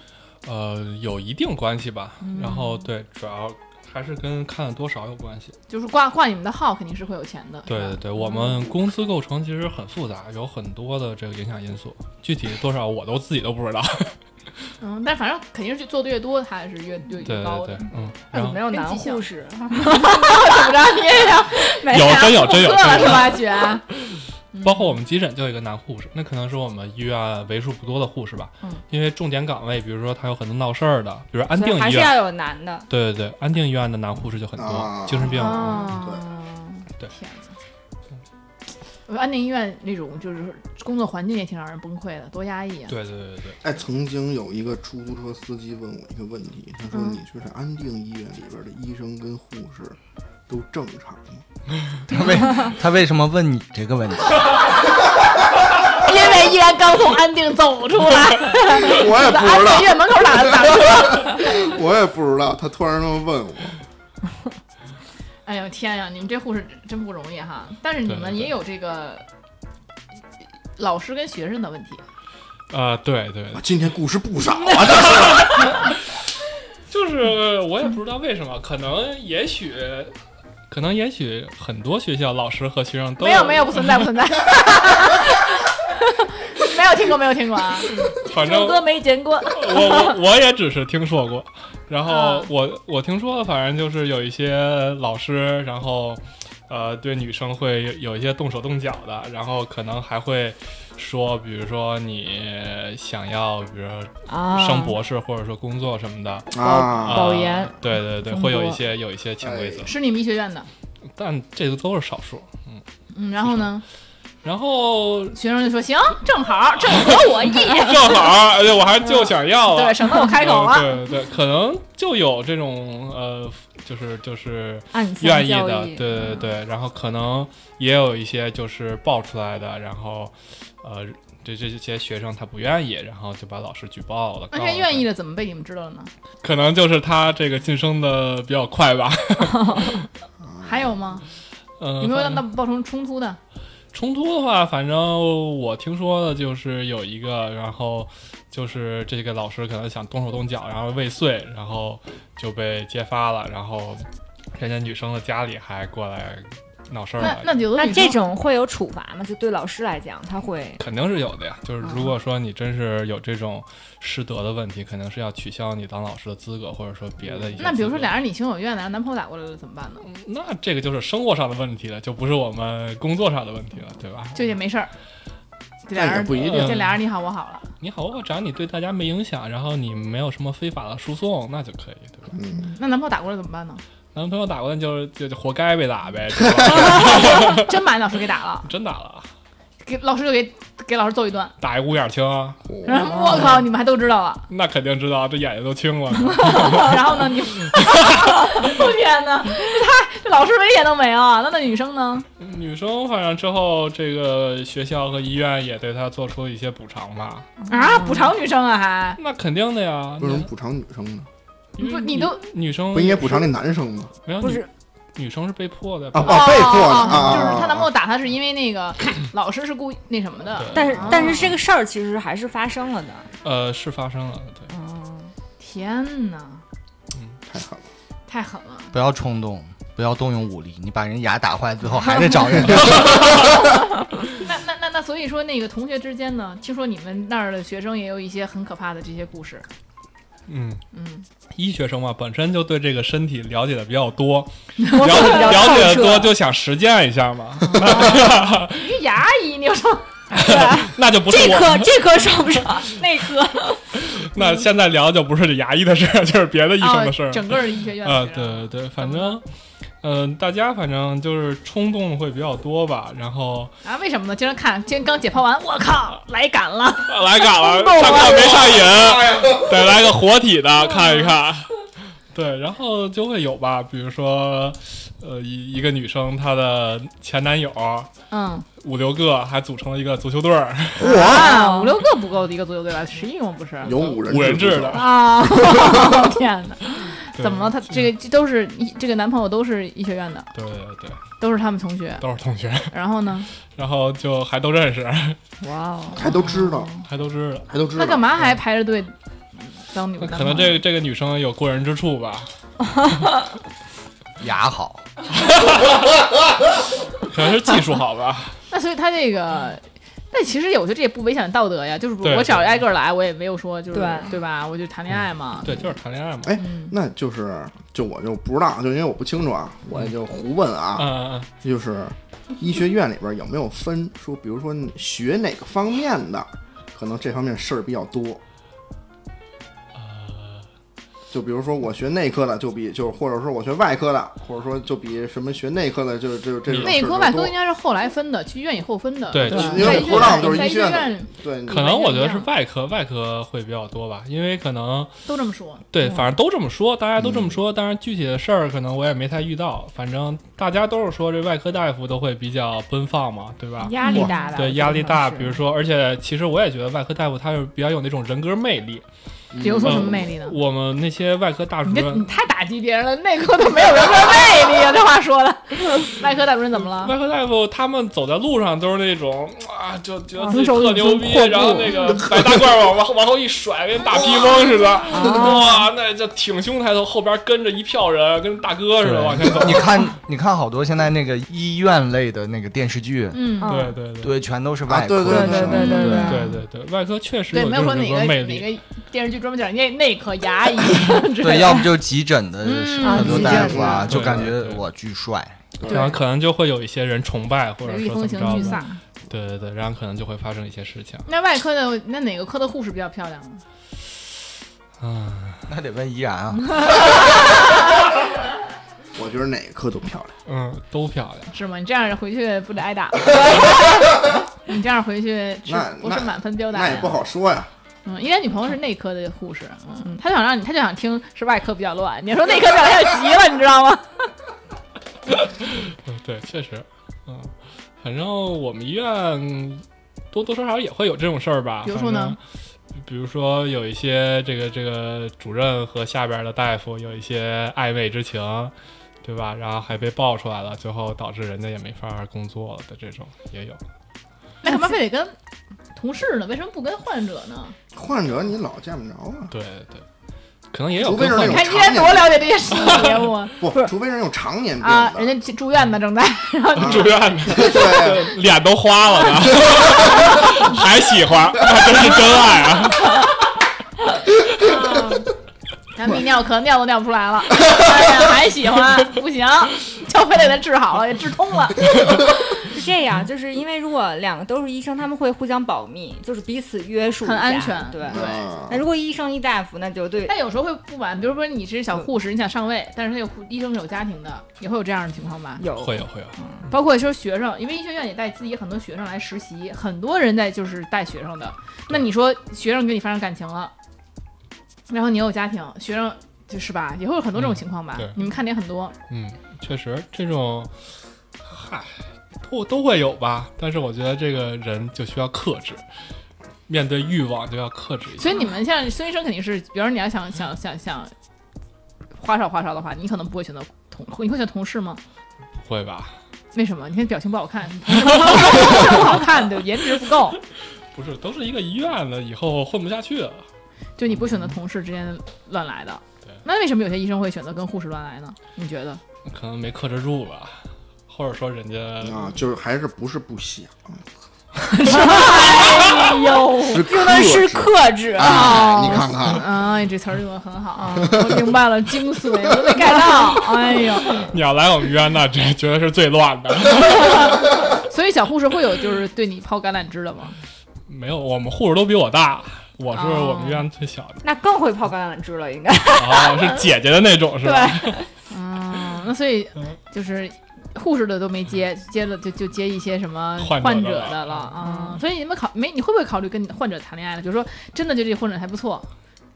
S6: 呃，有一定关系吧。
S4: 嗯
S6: 然后对，主要还是跟看了多少有关系。
S4: 就是挂挂你们的号肯定是会有钱的。
S6: 对对对，我们工资构成其实很复杂，有很多的这个影响因素，具体多少我都自己都不知道。
S4: 嗯，但反正肯定是做的越多，它是越越
S6: 对
S4: 越高
S6: 对
S4: 的
S6: 对。，嗯，
S2: 那
S6: 然
S2: 怎么
S6: 后
S2: 没有男
S4: 跟技巧
S2: 护 士？
S4: 怎么着？你也想
S2: 没
S6: 有
S2: 啊
S6: 真有哦真有
S4: 饿
S6: 真
S4: 了
S6: 有
S4: 是，吧，姐？
S6: 包括我们急诊就有一个男护士，那可能是我们医院为数不多的护士吧。
S4: 嗯，
S6: 因为重点岗位，比如说他有很多闹事儿的，比如安定
S2: 所以还
S6: 医
S2: 是
S6: 院，
S2: 要有男的。
S6: 对对对，安定医院的男护士就很多，
S5: 啊
S6: 精神病。
S4: 啊，
S6: 嗯对
S4: 天哪！我说安定医院那种就是工作环境也挺让人崩溃的，多压抑啊！
S6: 对对对对
S5: 哎，曾经有一个出租车司机问我一个问题，他说：“
S4: 嗯
S5: 你觉得安定医院里边的医生跟护士都正常 吗
S3: 他为他为什么问你这个问题？
S4: 因为依然刚从安定走出 来，？”
S5: 我也不
S4: 安定医
S5: 知道，
S4: 院门口打打车。
S5: 我也不知道，他突然这么问我。
S4: 哎呦天呀，你们这护士真不容易哈！但是你
S6: 对
S4: 们
S6: 对
S4: 也有这个老师跟学生的问题，
S6: 对，啊、对对对
S5: 啊今天故事不少啊，这是
S6: 就是我也不知道为什么，可能也许，可能也许很多学校老师和学生都
S4: 没有没有，不存在不存在， 没有听过没有听过啊！
S6: 反正
S4: 周哥没见过，
S6: 我我我也只是听说过，然后
S4: 啊
S6: 我我听说的反正就是有一些老师，然后呃对女生会有一些动手动脚的，然后可能还会说，比如说你想要，比如说
S2: 啊
S6: 升博士或者说工作什么的，
S5: 啊，
S2: 保
S6: 呃
S2: 研
S6: 对对对，
S2: 中
S6: 会有
S2: 国
S6: 一些有一些潜规
S5: 哎，
S6: 则
S4: 是你们医学院的，
S6: 但这个都是少数。嗯，
S4: 嗯，然后呢，
S6: 然后
S4: 学生就说行，正好正合我意，
S6: 正好，而且我还就想要啊了
S4: 对，。省得我开口
S5: 哦
S4: 了。
S6: 嗯对对，可能就有这种呃，就是就是
S2: 暗箱
S6: 愿意
S2: 交
S6: 的，
S2: 易
S6: 对
S4: 嗯
S6: 对对，然后可能也有一些就是爆出来的，然后呃，这这些学生他不愿意，然后就把老师举报了。
S4: 那这愿意
S6: 的，
S4: 的怎么被你们知道了呢？
S6: 可能就是他这个晋升的比较快吧。
S4: 还有吗？
S6: 嗯，
S4: 有没有
S6: 反
S4: 那爆成冲突的？
S6: 冲突的话，反正我听说的就是有一个，然后就是这个老师可能想动手动脚，然后未遂，然后就被揭发了，然后人家女生的家里还过来闹事儿
S5: 嗯
S4: 那
S6: 来
S4: 那有的
S2: 那
S4: 女
S2: 这
S4: 生
S2: 种会有处罚吗？就对老师来讲，他会
S6: 肯定是有的呀，就是
S4: 嗯
S6: 如果说你真是有这种师德的问题，肯定是要取消你当老师的资格，或者说别的一些。
S4: 那比如说俩，人你情我愿的，男朋友打过来了怎么办呢？
S6: 那这个就是生活上的问题了，就不是我们工作上的问题了，对吧？
S4: 就也没事儿。这俩
S5: 那也
S4: 人
S5: 不一
S6: 定
S4: 这俩人你好我好了。
S6: 你好，我只要你对大家没影响，然后你没有什么非法的输送，那就可以，对吧？
S5: 嗯，
S4: 那男朋友打过来怎么办呢？
S6: 男朋友打过来就就就活该被打呗，对吧
S4: 真把你老师给打了，
S6: 真打了，
S4: 给老师就给给老师揍一顿。
S6: 打一五眼青啊，
S5: 我
S4: 然后我靠，你们还都知道了。
S6: 那肯定知道，这眼睛都青了。
S4: 然后呢，你， 我天哪， 这太这老师威严都没有啊。那那女生呢？
S6: 女生反正之后，这个学校和医院也对她做出一些补偿吧，
S4: 啊，
S6: 嗯
S4: 补偿女生啊还。
S6: 那肯定的呀，
S5: 为什么补偿女生呢？
S6: 因为
S4: 不你
S6: 女
S4: 都
S6: 女生
S5: 不应该补偿那男生吗？
S6: 没有
S2: 不
S6: 女
S2: 是
S6: 女生是被迫的
S5: 啊
S6: 被
S5: 哦被迫的
S4: 哦哦哦
S5: 啊
S4: 就是她男朋
S5: 啊
S4: 友打她是因为那 个老师是故意那什么的。
S6: 对
S2: 但是
S4: 哦
S2: 但是这个事儿其实还是发生了的。
S6: 呃是发生了，对，
S2: 嗯，
S4: 天哪，
S5: 太狠了，
S4: 太狠了。
S3: 不要冲动，不要动用武力，你把人牙打坏，最后还得找人。
S4: 那那那那，所以说那个同学之间呢，听说你们那儿的学生也有一些很可怕的这些故事。
S6: 嗯，
S4: 嗯，
S6: 医学生嘛，本身就对这个身体了解的比较多，
S2: 我
S6: 了
S2: 比较
S6: 了解
S2: 透
S6: 的多
S2: 彻。
S6: 就想实践一下嘛，
S4: 你是哎牙医，你有什么？
S6: 那就不是
S2: 这
S6: 我，啊
S2: 科这科上不上？那科
S6: 那现在聊就不是牙医的事儿， 就是别的医生
S4: 啊
S6: 的事儿，
S4: 整个医学院
S6: 啊，
S4: 的学
S6: 对
S4: 生
S6: 对对，反正，嗯、大家反正就是冲动会比较多吧，然后
S4: 啊，为什么呢？经常看，今天刚解剖完，我靠，来赶了，
S6: 啊 来赶了，上课没上 瘾，得来个活体的看一看。 对，然后就会有吧，比如说，呃，一一个女生她的前男友
S4: 嗯，
S6: 五六个，还组成了一个足球队儿，啊
S4: 哇，啊五六个不够的一个足球队吧？十一个不是？
S5: 有五人
S6: 五人制
S5: 制
S6: 的
S4: 啊！ 天哪，
S6: 对
S4: 怎么了？他这个这都是这个男朋友都是医学院的，
S6: 对对对，
S4: 都是他们同学。
S6: 都是同学，
S4: 然后呢？
S6: 然后就还都认识，
S4: 哇哦，
S5: 还都知道，
S6: 还都知道。
S5: 还都知
S4: 他干
S5: 道。
S4: 嘛还排着队当女
S6: 那
S4: 的？
S6: 可能这个这个女生有过人之处吧，
S3: 牙好，
S6: 可能是技术好 吧。
S4: 那所以他这个。那其实也我觉得这也不违反道德呀，就是
S6: 对
S4: 我找挨个儿来，我也没有说就是
S2: 对
S4: 对吧？我就谈恋爱嘛，
S6: 对，就是谈恋爱嘛。
S5: 哎
S4: 嗯，
S5: 那就是就我就不知道，就因为我不清楚啊，我也就胡问啊。
S6: 嗯嗯
S5: 就是医学院里边有没有分说，比如说你学哪个方面的，可能这方面事儿比较多。就比如说我学内科的，就比就是或者说我学外科的，或者说就比什么学内科的，就就这种
S4: 内
S5: 事儿
S4: 科
S5: 就
S4: 外科
S5: 多
S4: 应该是后来分的，去医院以后分的。
S6: 对
S4: 吧
S5: 因为我不知道就是
S4: 在
S5: 医
S4: 医
S5: 学院的
S4: 院
S5: 对，
S6: 可能我觉得是外科，外科会比较多吧，因为可能
S4: 都这么说。
S6: 对，反正都这么说，大家都这么说。当然具体的事儿可能我也没太遇到，反正大家都是说这外科大夫都会比较奔放嘛，对吧？
S2: 压力大的，
S6: 对，压力大，
S2: 我觉得
S6: 比
S2: 是
S6: 如说，而且其实我也觉得外科大夫他是比较有那种人格魅力。
S4: 比如说
S6: 嗯
S4: 什么魅力呢？
S6: 我们那些外科大主
S4: 你这你
S6: 任，
S4: 太打击别人了，内科都没有人格魅 力啊！这话说的，外科大主任怎么了？
S6: 外科大夫他们走在路上都是那种啊，就觉得自己
S2: 昂首
S6: 特
S2: 挺
S6: 牛
S2: 胸
S6: 逼
S2: 阔，
S6: 然后
S2: 步
S6: 那个白大褂往往往后一甩，跟大披风似的，
S4: 啊
S6: 哇，那就挺胸抬头，后边跟着一票人，跟大哥似的往前走。
S3: 你看，你看好多现在那个医院类的那个电视剧，
S4: 嗯，
S6: 对对对
S3: 对，全都是外
S5: 啊对
S3: 科
S5: 对
S3: 的，
S5: 对对
S2: 对对
S6: 对对对，外科确实
S4: 对，
S6: 有
S4: 没
S6: 这
S4: 有
S6: 种
S4: 说哪
S6: 人格
S4: 个
S6: 魅
S4: 哪
S6: 力。
S4: 个电视剧专门讲内内科牙 医之类
S3: 对，
S4: 的
S3: 要不就是急诊的
S4: 嗯
S3: 很多大夫
S5: 啊
S3: 啊，
S6: 急诊
S3: 就感
S6: 对
S3: 觉
S6: 对对
S3: 我巨帅。
S4: 对
S6: 然后可能就会有一些人崇拜，或者
S4: 雷厉
S6: 说
S4: 风
S6: 怎
S4: 行
S6: 么
S4: 巨
S6: 着
S4: 飒
S6: 吧。。对对对，然后可能就会发生一些事情。
S4: 那外科的那哪个科的护士比较漂亮？
S6: 嗯，
S3: 那得问依然啊，
S5: 我觉得哪个科都漂亮。
S6: 嗯，都漂亮。
S4: 是吗？你这样回去不得挨 打吗？你这样回去是
S5: 那
S4: 不是
S5: 那
S4: 满分标打呀？
S5: 那也不好说呀，
S4: 嗯，因为女朋友是内科的护士，嗯，她就想让你，她就想听是外科比较乱，你说内科表现急了，你知道吗？
S6: 嗯，对，确实。嗯，反正我们医院多多少少也会有这种事儿吧。
S4: 比如说呢
S6: 反正？比如说有一些这个这个主任和下边的大夫有一些暧昧之情，对吧？然后还被爆出来了，最后导致人家也没法儿工作了的这种也有。
S4: 那干嘛非得跟同事呢？为什么不跟患者呢？
S5: 患者你老见不着啊，
S6: 对对，可能也有
S5: 除非是
S6: 更换
S5: 那
S4: 你看
S5: 种
S4: 依然多了解这些事 情，我
S5: 不，除非是那种常年病
S4: 啊，
S5: 的，
S4: 人家住院呢， 正在，然
S5: 啊
S4: 后你
S6: 住院的，
S5: 对，
S6: 脸都花了呢， 还喜欢， 那真是真爱啊！
S4: 啊，然后泌尿科尿都尿不出来 了，哎呀，还喜欢，不行，就非得给他治好了，也治通了，
S2: 是这样，就是因为如果两个都是医生，他们会互相保密，就是彼此约束一下，
S4: 很安全
S2: 对。
S5: 啊
S2: 那如果医生一大夫，那就对
S4: 但有时候会不满，比如说你是小护士，你想上位，但是那个护医生是有家庭的，也会有这样的情况吧？
S2: 有
S6: 会有会有，
S4: 包括就是学生，因为医学院也带自己很多学生来实习，很多人在就是带学生的。那你说学生跟你发生感情了，然后你有家庭，学生就是吧，也会有很多这种情况吧？
S6: 嗯对
S4: 你们看的也很多。
S6: 嗯，确实这种，嗨，都都会有吧。但是我觉得这个人就需要克制，面对欲望就要克制一下。
S4: 所以你们像孙医生肯定是，比如说你要想想想想花哨花哨的话，你可能不会选择同，你会选同事吗？
S6: 不会吧？
S4: 为什么？你看表情不好看， 不好看，对，颜值不够，
S6: 不是，都是一个医院的，以后混不下去了。
S4: 就你不选择同事之间乱来的
S6: 对。
S4: 那为什么有些医生会选择跟护士乱来呢？你觉得？
S6: 可能没克制住吧，或者说人家
S5: 啊啊，就是还是不是不想，
S4: 哎呦，
S5: 是是
S2: 用的是
S5: 克
S2: 克制
S5: 制。
S6: 啊
S5: 哎，
S4: 哦
S5: 你看看，
S4: 哎，这词儿用的很好啊！我明白了精髓，我没 get 到。 哎呦，
S6: 你要来我们冤那这绝对是最乱的。
S4: 所以小护士会有就是对你抛橄榄枝的吗？
S6: 没有，我们护士都比我大，我是
S4: 哦
S6: 我们医院最小的，
S2: 那更会泡橄榄枝了，应该
S6: 哦，是姐姐的那种是
S2: 对。
S6: 吧？
S4: 嗯，那所以就是护士的都没接，接了就就接一些什么
S6: 患者的
S4: 患者的了
S6: 了
S4: 啊、所以你们考没你会不会考虑跟患者谈恋爱呢？比如说真的就这患者还不错，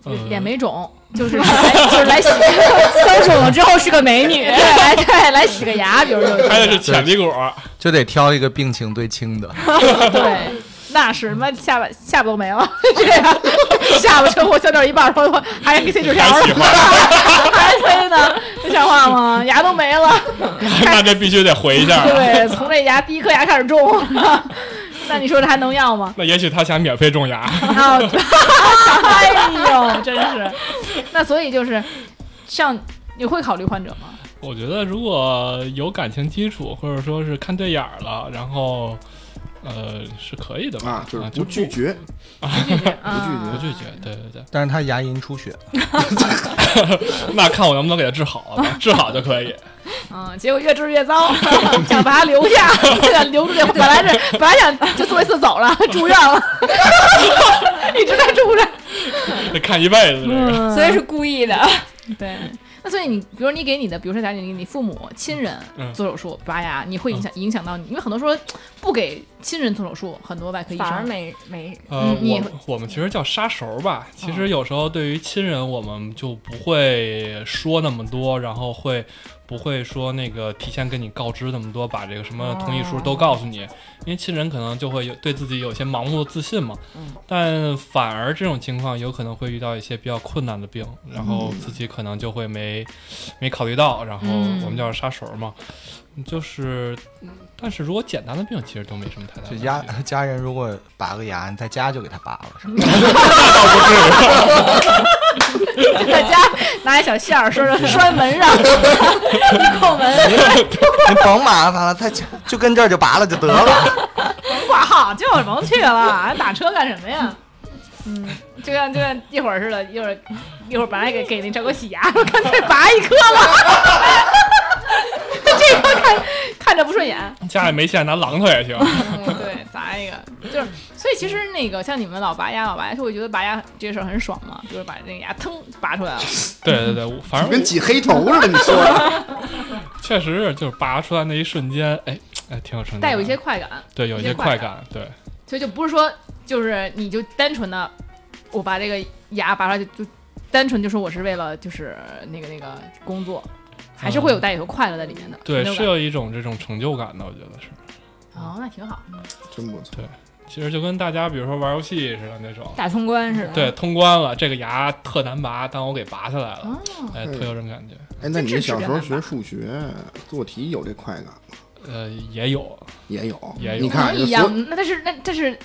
S4: 就是
S6: 嗯
S4: 脸没 肿，就是来就是来洗，
S2: 分手了之后是个美女
S4: 对，来对来洗个牙，比如就
S6: 开
S4: 是
S6: 的是潜力股，
S3: 就得挑一个病情最轻的。
S4: 对。 那是妈下巴下巴都没了，这样下巴车祸削掉一半，然后还给塞纸条
S6: 还喜
S4: 了，
S6: 欢，
S4: 还塞呢，这像话吗？牙都没了，
S6: 那这必须得回一下。
S4: 对，从这牙第一颗牙开始种，那你说这还能要吗？
S6: 那也许他想免费种牙，
S4: 啊，哎呦，真是。那所以就是，像你会考虑患者吗？
S6: 我觉得如果有感情基础，或者说是看对眼儿了，然后呃是可以的吧？
S5: 啊，就是
S6: 就
S5: 不拒绝，
S4: 啊
S6: 不拒绝，对对对。
S3: 但是他牙龈出血，
S6: 那看我能不能给他治好了，治好就可以。
S4: 嗯，结果越治越糟，想把他留下，想留住这，本来是本来想就做一次走了，住院了，一直在住院。
S6: 得看一辈子这个。
S4: 嗯，
S2: 所以是故意的。
S4: 对。那所以你，比如你给你的，比如说假如你你父母亲人
S6: 嗯
S4: 做手术拔牙，你会影响影响到你，因为很多说不给亲人做手术，很多外科医
S2: 反而
S4: 生
S2: 没没
S6: 呃，
S4: 嗯你
S6: 我我们其实叫杀熟吧。其实有时候对于亲人，我们就不会说那么多，然后会不会说那个提前跟你告知那么多，把这个什么同意
S4: 哦
S6: 书都告诉你，因为亲人可能就会有对自己有些盲目的自信嘛。
S2: 嗯、
S6: 但反而这种情况有可能会遇到一些比较困难的病，然后自己可能就会没、没考虑到，然后
S4: 嗯
S6: 我们叫杀熟嘛。就是，但是如果简单的病，其实都没什么太大
S3: 就
S6: 问题。
S3: 家家人如果拔个牙，你在家就给他拔了，是吧？
S4: 在家 拿一小线 儿拴拴门上，
S2: 扣门，
S3: 你甭麻烦了，他就就跟这儿就拔了就得了。
S4: 挂号就甭去了，还打车干什么呀？嗯，就像就像一会儿似的，一会儿一会儿本来给给那赵哥洗牙，我干脆拔一颗了。 这个看看着不顺眼，
S6: 家里没钱，拿榔头 也行。
S4: 嗯，对，砸一个就是，所以其实那个像你们老拔牙，老拔牙就会觉得拔牙这个事儿很爽嘛，就是把那个牙腾拔出来了，
S6: 对对对，我反正
S5: 跟挤黑头似的，你说 的
S6: 确实是，就是拔出来那一瞬间，哎哎，挺有成就感，
S4: 带有一些快感，
S6: 对，有
S4: 一
S6: 一
S4: 些
S6: 些
S4: 快
S6: 快感，对，
S4: 所以就不是说就是你就单纯的我把这个牙拔出来就就单纯就说我是为了就是那个那个工作，还是会有带有快乐在里面的。成
S6: 对，
S4: 就是感
S6: 有一种这种成就感的，我觉得是。
S4: 哦，那挺好。
S5: 真不错。
S6: 其实就跟大家比如说玩游戏似的那种，
S2: 打通关是吧？
S6: 对，通关了，这个牙特难拔，但我给拔下来了，
S4: 哦，
S6: 哎，
S5: 嗯
S6: 特有这种感觉。
S5: 哎，那
S4: 这
S5: 你
S4: 这是
S5: 小时候
S4: 比较
S5: 学
S4: 难
S5: 数学做题有这快感吗？
S6: 呃，也有，
S5: 也有，
S6: 也有
S5: 你
S4: 不能
S5: 看，
S4: 一
S5: 这所
S4: 样。那但是那这是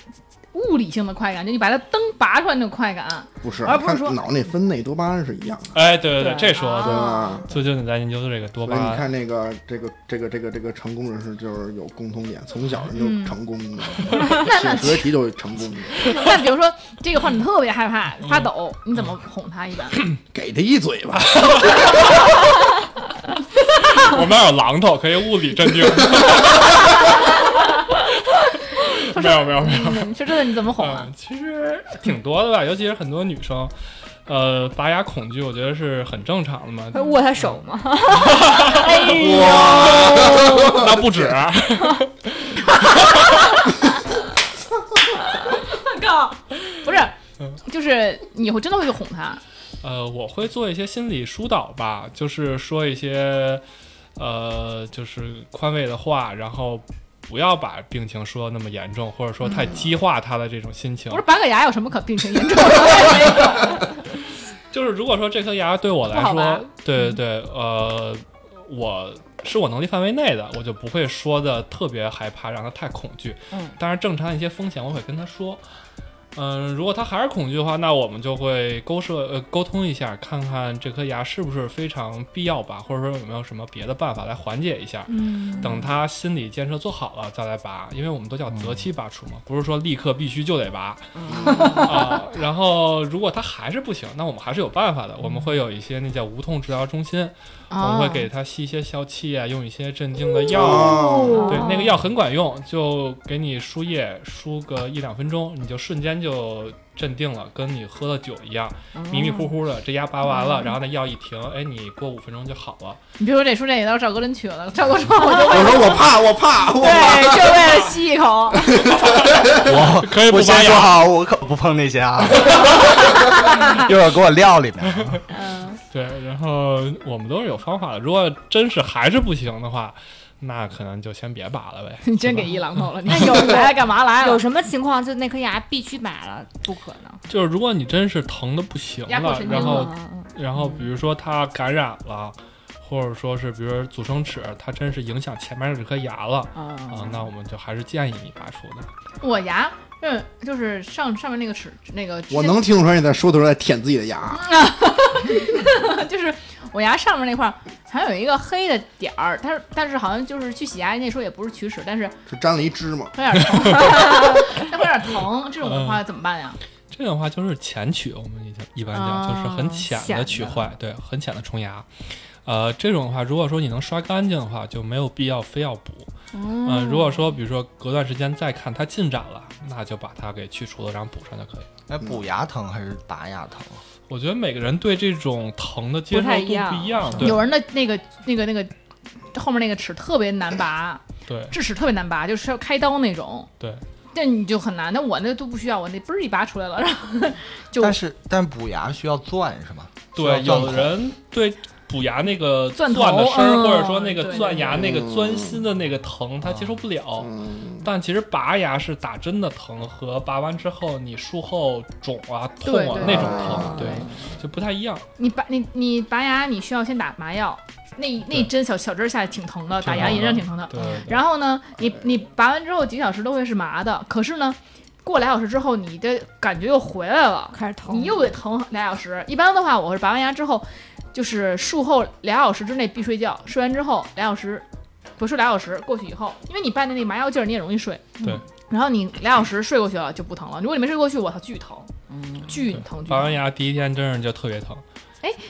S4: 物理性的快感，就你把它灯拔出来那种快感。啊
S5: 不是，
S4: 而不是
S5: 它
S4: 说
S5: 脑内分泌多巴胺是一样的，
S6: 哎，对对
S4: 对
S6: 对，这说
S4: 啊
S6: 的
S5: 对
S6: 对。
S5: 吧？
S6: 最近你在研究的这个多
S5: 所
S6: 巴
S5: 以你
S6: 胺，
S5: 看那个这个这个这个这个成功人士就是有共同点，从小人就
S4: 嗯
S5: 成功 的，写数学题就成功的，
S4: 那比如说这个患者特别害怕发抖，你怎么哄他一般？
S5: 给他一嘴巴，
S6: 我们那儿有榔头，可以物理镇定。 没有没有 没有，
S4: 你说这个你怎么哄啊
S6: 嗯？？其实挺多的吧，尤其是很多女生，呃，拔牙恐惧，我觉得是很正常的嘛。
S2: 会握他手吗？
S4: 哎呦，
S6: 那 不止，
S4: 靠，不是，就是你会真的会去哄他。
S6: 呃，我会做一些心理疏导吧，就是说一些，呃，就是宽慰的话，然后不要把病情说得那么严重，或者说
S4: 嗯
S6: 太激化他的这种心情
S4: 不是。拔个牙有什么可病情严重啊的？
S6: 就是如果说这颗牙对我来
S4: 不好嗯拔
S6: 说，对对对，呃，我是我能力范围内的，我就不会说的特别害怕，让他太恐惧。
S2: 嗯，
S6: 当然正常一些风险我会跟他说。嗯，如果他还是恐惧的话，那我们就会沟涉呃沟通一下，看看这颗牙是不是非常必要吧，或者说有没有什么别的办法来缓解一下。
S2: 嗯，
S6: 等他心理建设做好了再来拔，因为我们都叫择期拔除嘛，不是说立刻必须就得拔 啊、然后如果他还是不行，那我们还是有办法的，我们会有一些那叫无痛治疗中心，我们会给他吸一些消气啊，用一些镇静的药。
S5: 哦，
S6: 对，那个药很管用，就给你输液，输个一两分钟，你就瞬间就镇定了，跟你喝了酒一样，迷迷糊糊的，这牙拔完了，然后那药一停，哎，你过五分钟就好了。
S4: 你别说这说这也到赵哥真瘸了，赵哥说我就
S5: 我说我怕，我 怕，我
S4: 对，就为了吸一口。
S3: 我
S6: 可以不
S3: 我
S6: 拔
S3: 先说
S6: 牙
S3: 好，我可不碰那些啊，一会儿给我撂里面。
S4: 嗯，
S6: 对，然后我们都是有方法的。如果真是还是不行的话，那可能就先别拔了呗。
S4: 你真给一榔头了，你有来干嘛来
S2: 有
S4: 了？
S2: 什么情况就那颗牙必须拔了，不可能。
S6: 就是如果你真是疼的不行
S4: 压迫
S6: 了
S4: 神，经
S6: 然后
S2: 嗯嗯
S6: 然后比如说它感染了，或者说是比如说阻生齿，它真是影响前面这颗牙了。啊、
S4: 啊
S6: 那我们就还是建议你拔除的。
S4: 我牙，嗯，就是上上面那个齿，那个
S5: 我能听出来你在说的时候在舔自己的牙，
S4: 就是我牙上面那块儿还有一个黑的点儿，但是但是好像就是去洗牙那时候也不是龋齿，但是
S5: 就沾了一芝麻。
S4: 会有点疼， 但会有点疼，这种的话怎么办呀？
S6: 这种的话就是浅取，我们一般一般讲、
S4: 哦
S6: 就是很浅
S4: 浅的
S6: 的取坏，对，很浅的冲牙。呃，这种的话，如果说你能刷干净的话，就没有必要非要补。
S4: 哦
S6: 嗯、如果说比如说隔段时间再看它进展了，那就把它给去除了，然后补上就可以了。
S3: 哎，补牙疼还是拔牙疼？
S6: 我觉得每个人对这种疼的接受
S2: 不太
S6: 度
S2: 一
S6: 不
S2: 样
S6: 一样，对
S4: 有人的那个那个那个后面那个齿特别难拔，
S6: 对
S4: 智齿特别难拔，就是要开刀那种。
S6: 对，
S4: 那你就很难，那我那都不需要，我那嘣儿一拔出来了，然后就
S3: 但是但补牙需要钻是吗？
S6: 对，
S3: 需要
S6: 有
S3: 钻孔
S6: 人对补牙那个
S4: 钻
S6: 钻
S4: 头
S6: 的声儿，
S4: 嗯
S6: 或者说那个
S4: 对
S6: 钻牙那个
S5: 嗯
S6: 钻心的那个疼，他接受不了。
S5: 嗯，
S6: 但其实拔牙是打针的疼和拔完之后你术后肿啊、痛
S4: 对
S6: 啊
S4: 对
S6: 那种
S5: 对
S6: 疼，
S4: 对
S6: 对，就不太一样。
S4: 你拔你你拔牙，你需要先打麻药，那那
S6: 对
S4: 针小小针儿下挺疼的，
S6: 挺
S4: 打牙
S6: 疼
S4: 龈上
S6: 的
S4: 挺疼的。
S6: 对，
S4: 然后呢，你你拔完之后几小时都会是麻的，可是呢，过俩小时之后你的感觉又回来了，
S2: 开始疼，
S4: 你又得疼俩小时。一般的话，我是拔完牙之后，就是术后俩小时之内必睡觉，睡完之后俩小时，不是俩小时过去以后，因为你办的那麻药劲儿，你也容易睡。
S6: 嗯对
S4: 然后你俩小时睡过去了就不疼了，如果你没睡过去，我操，巨疼，巨疼，巨
S6: 拔完
S4: 疼。
S6: 牙第一天真是就特别疼。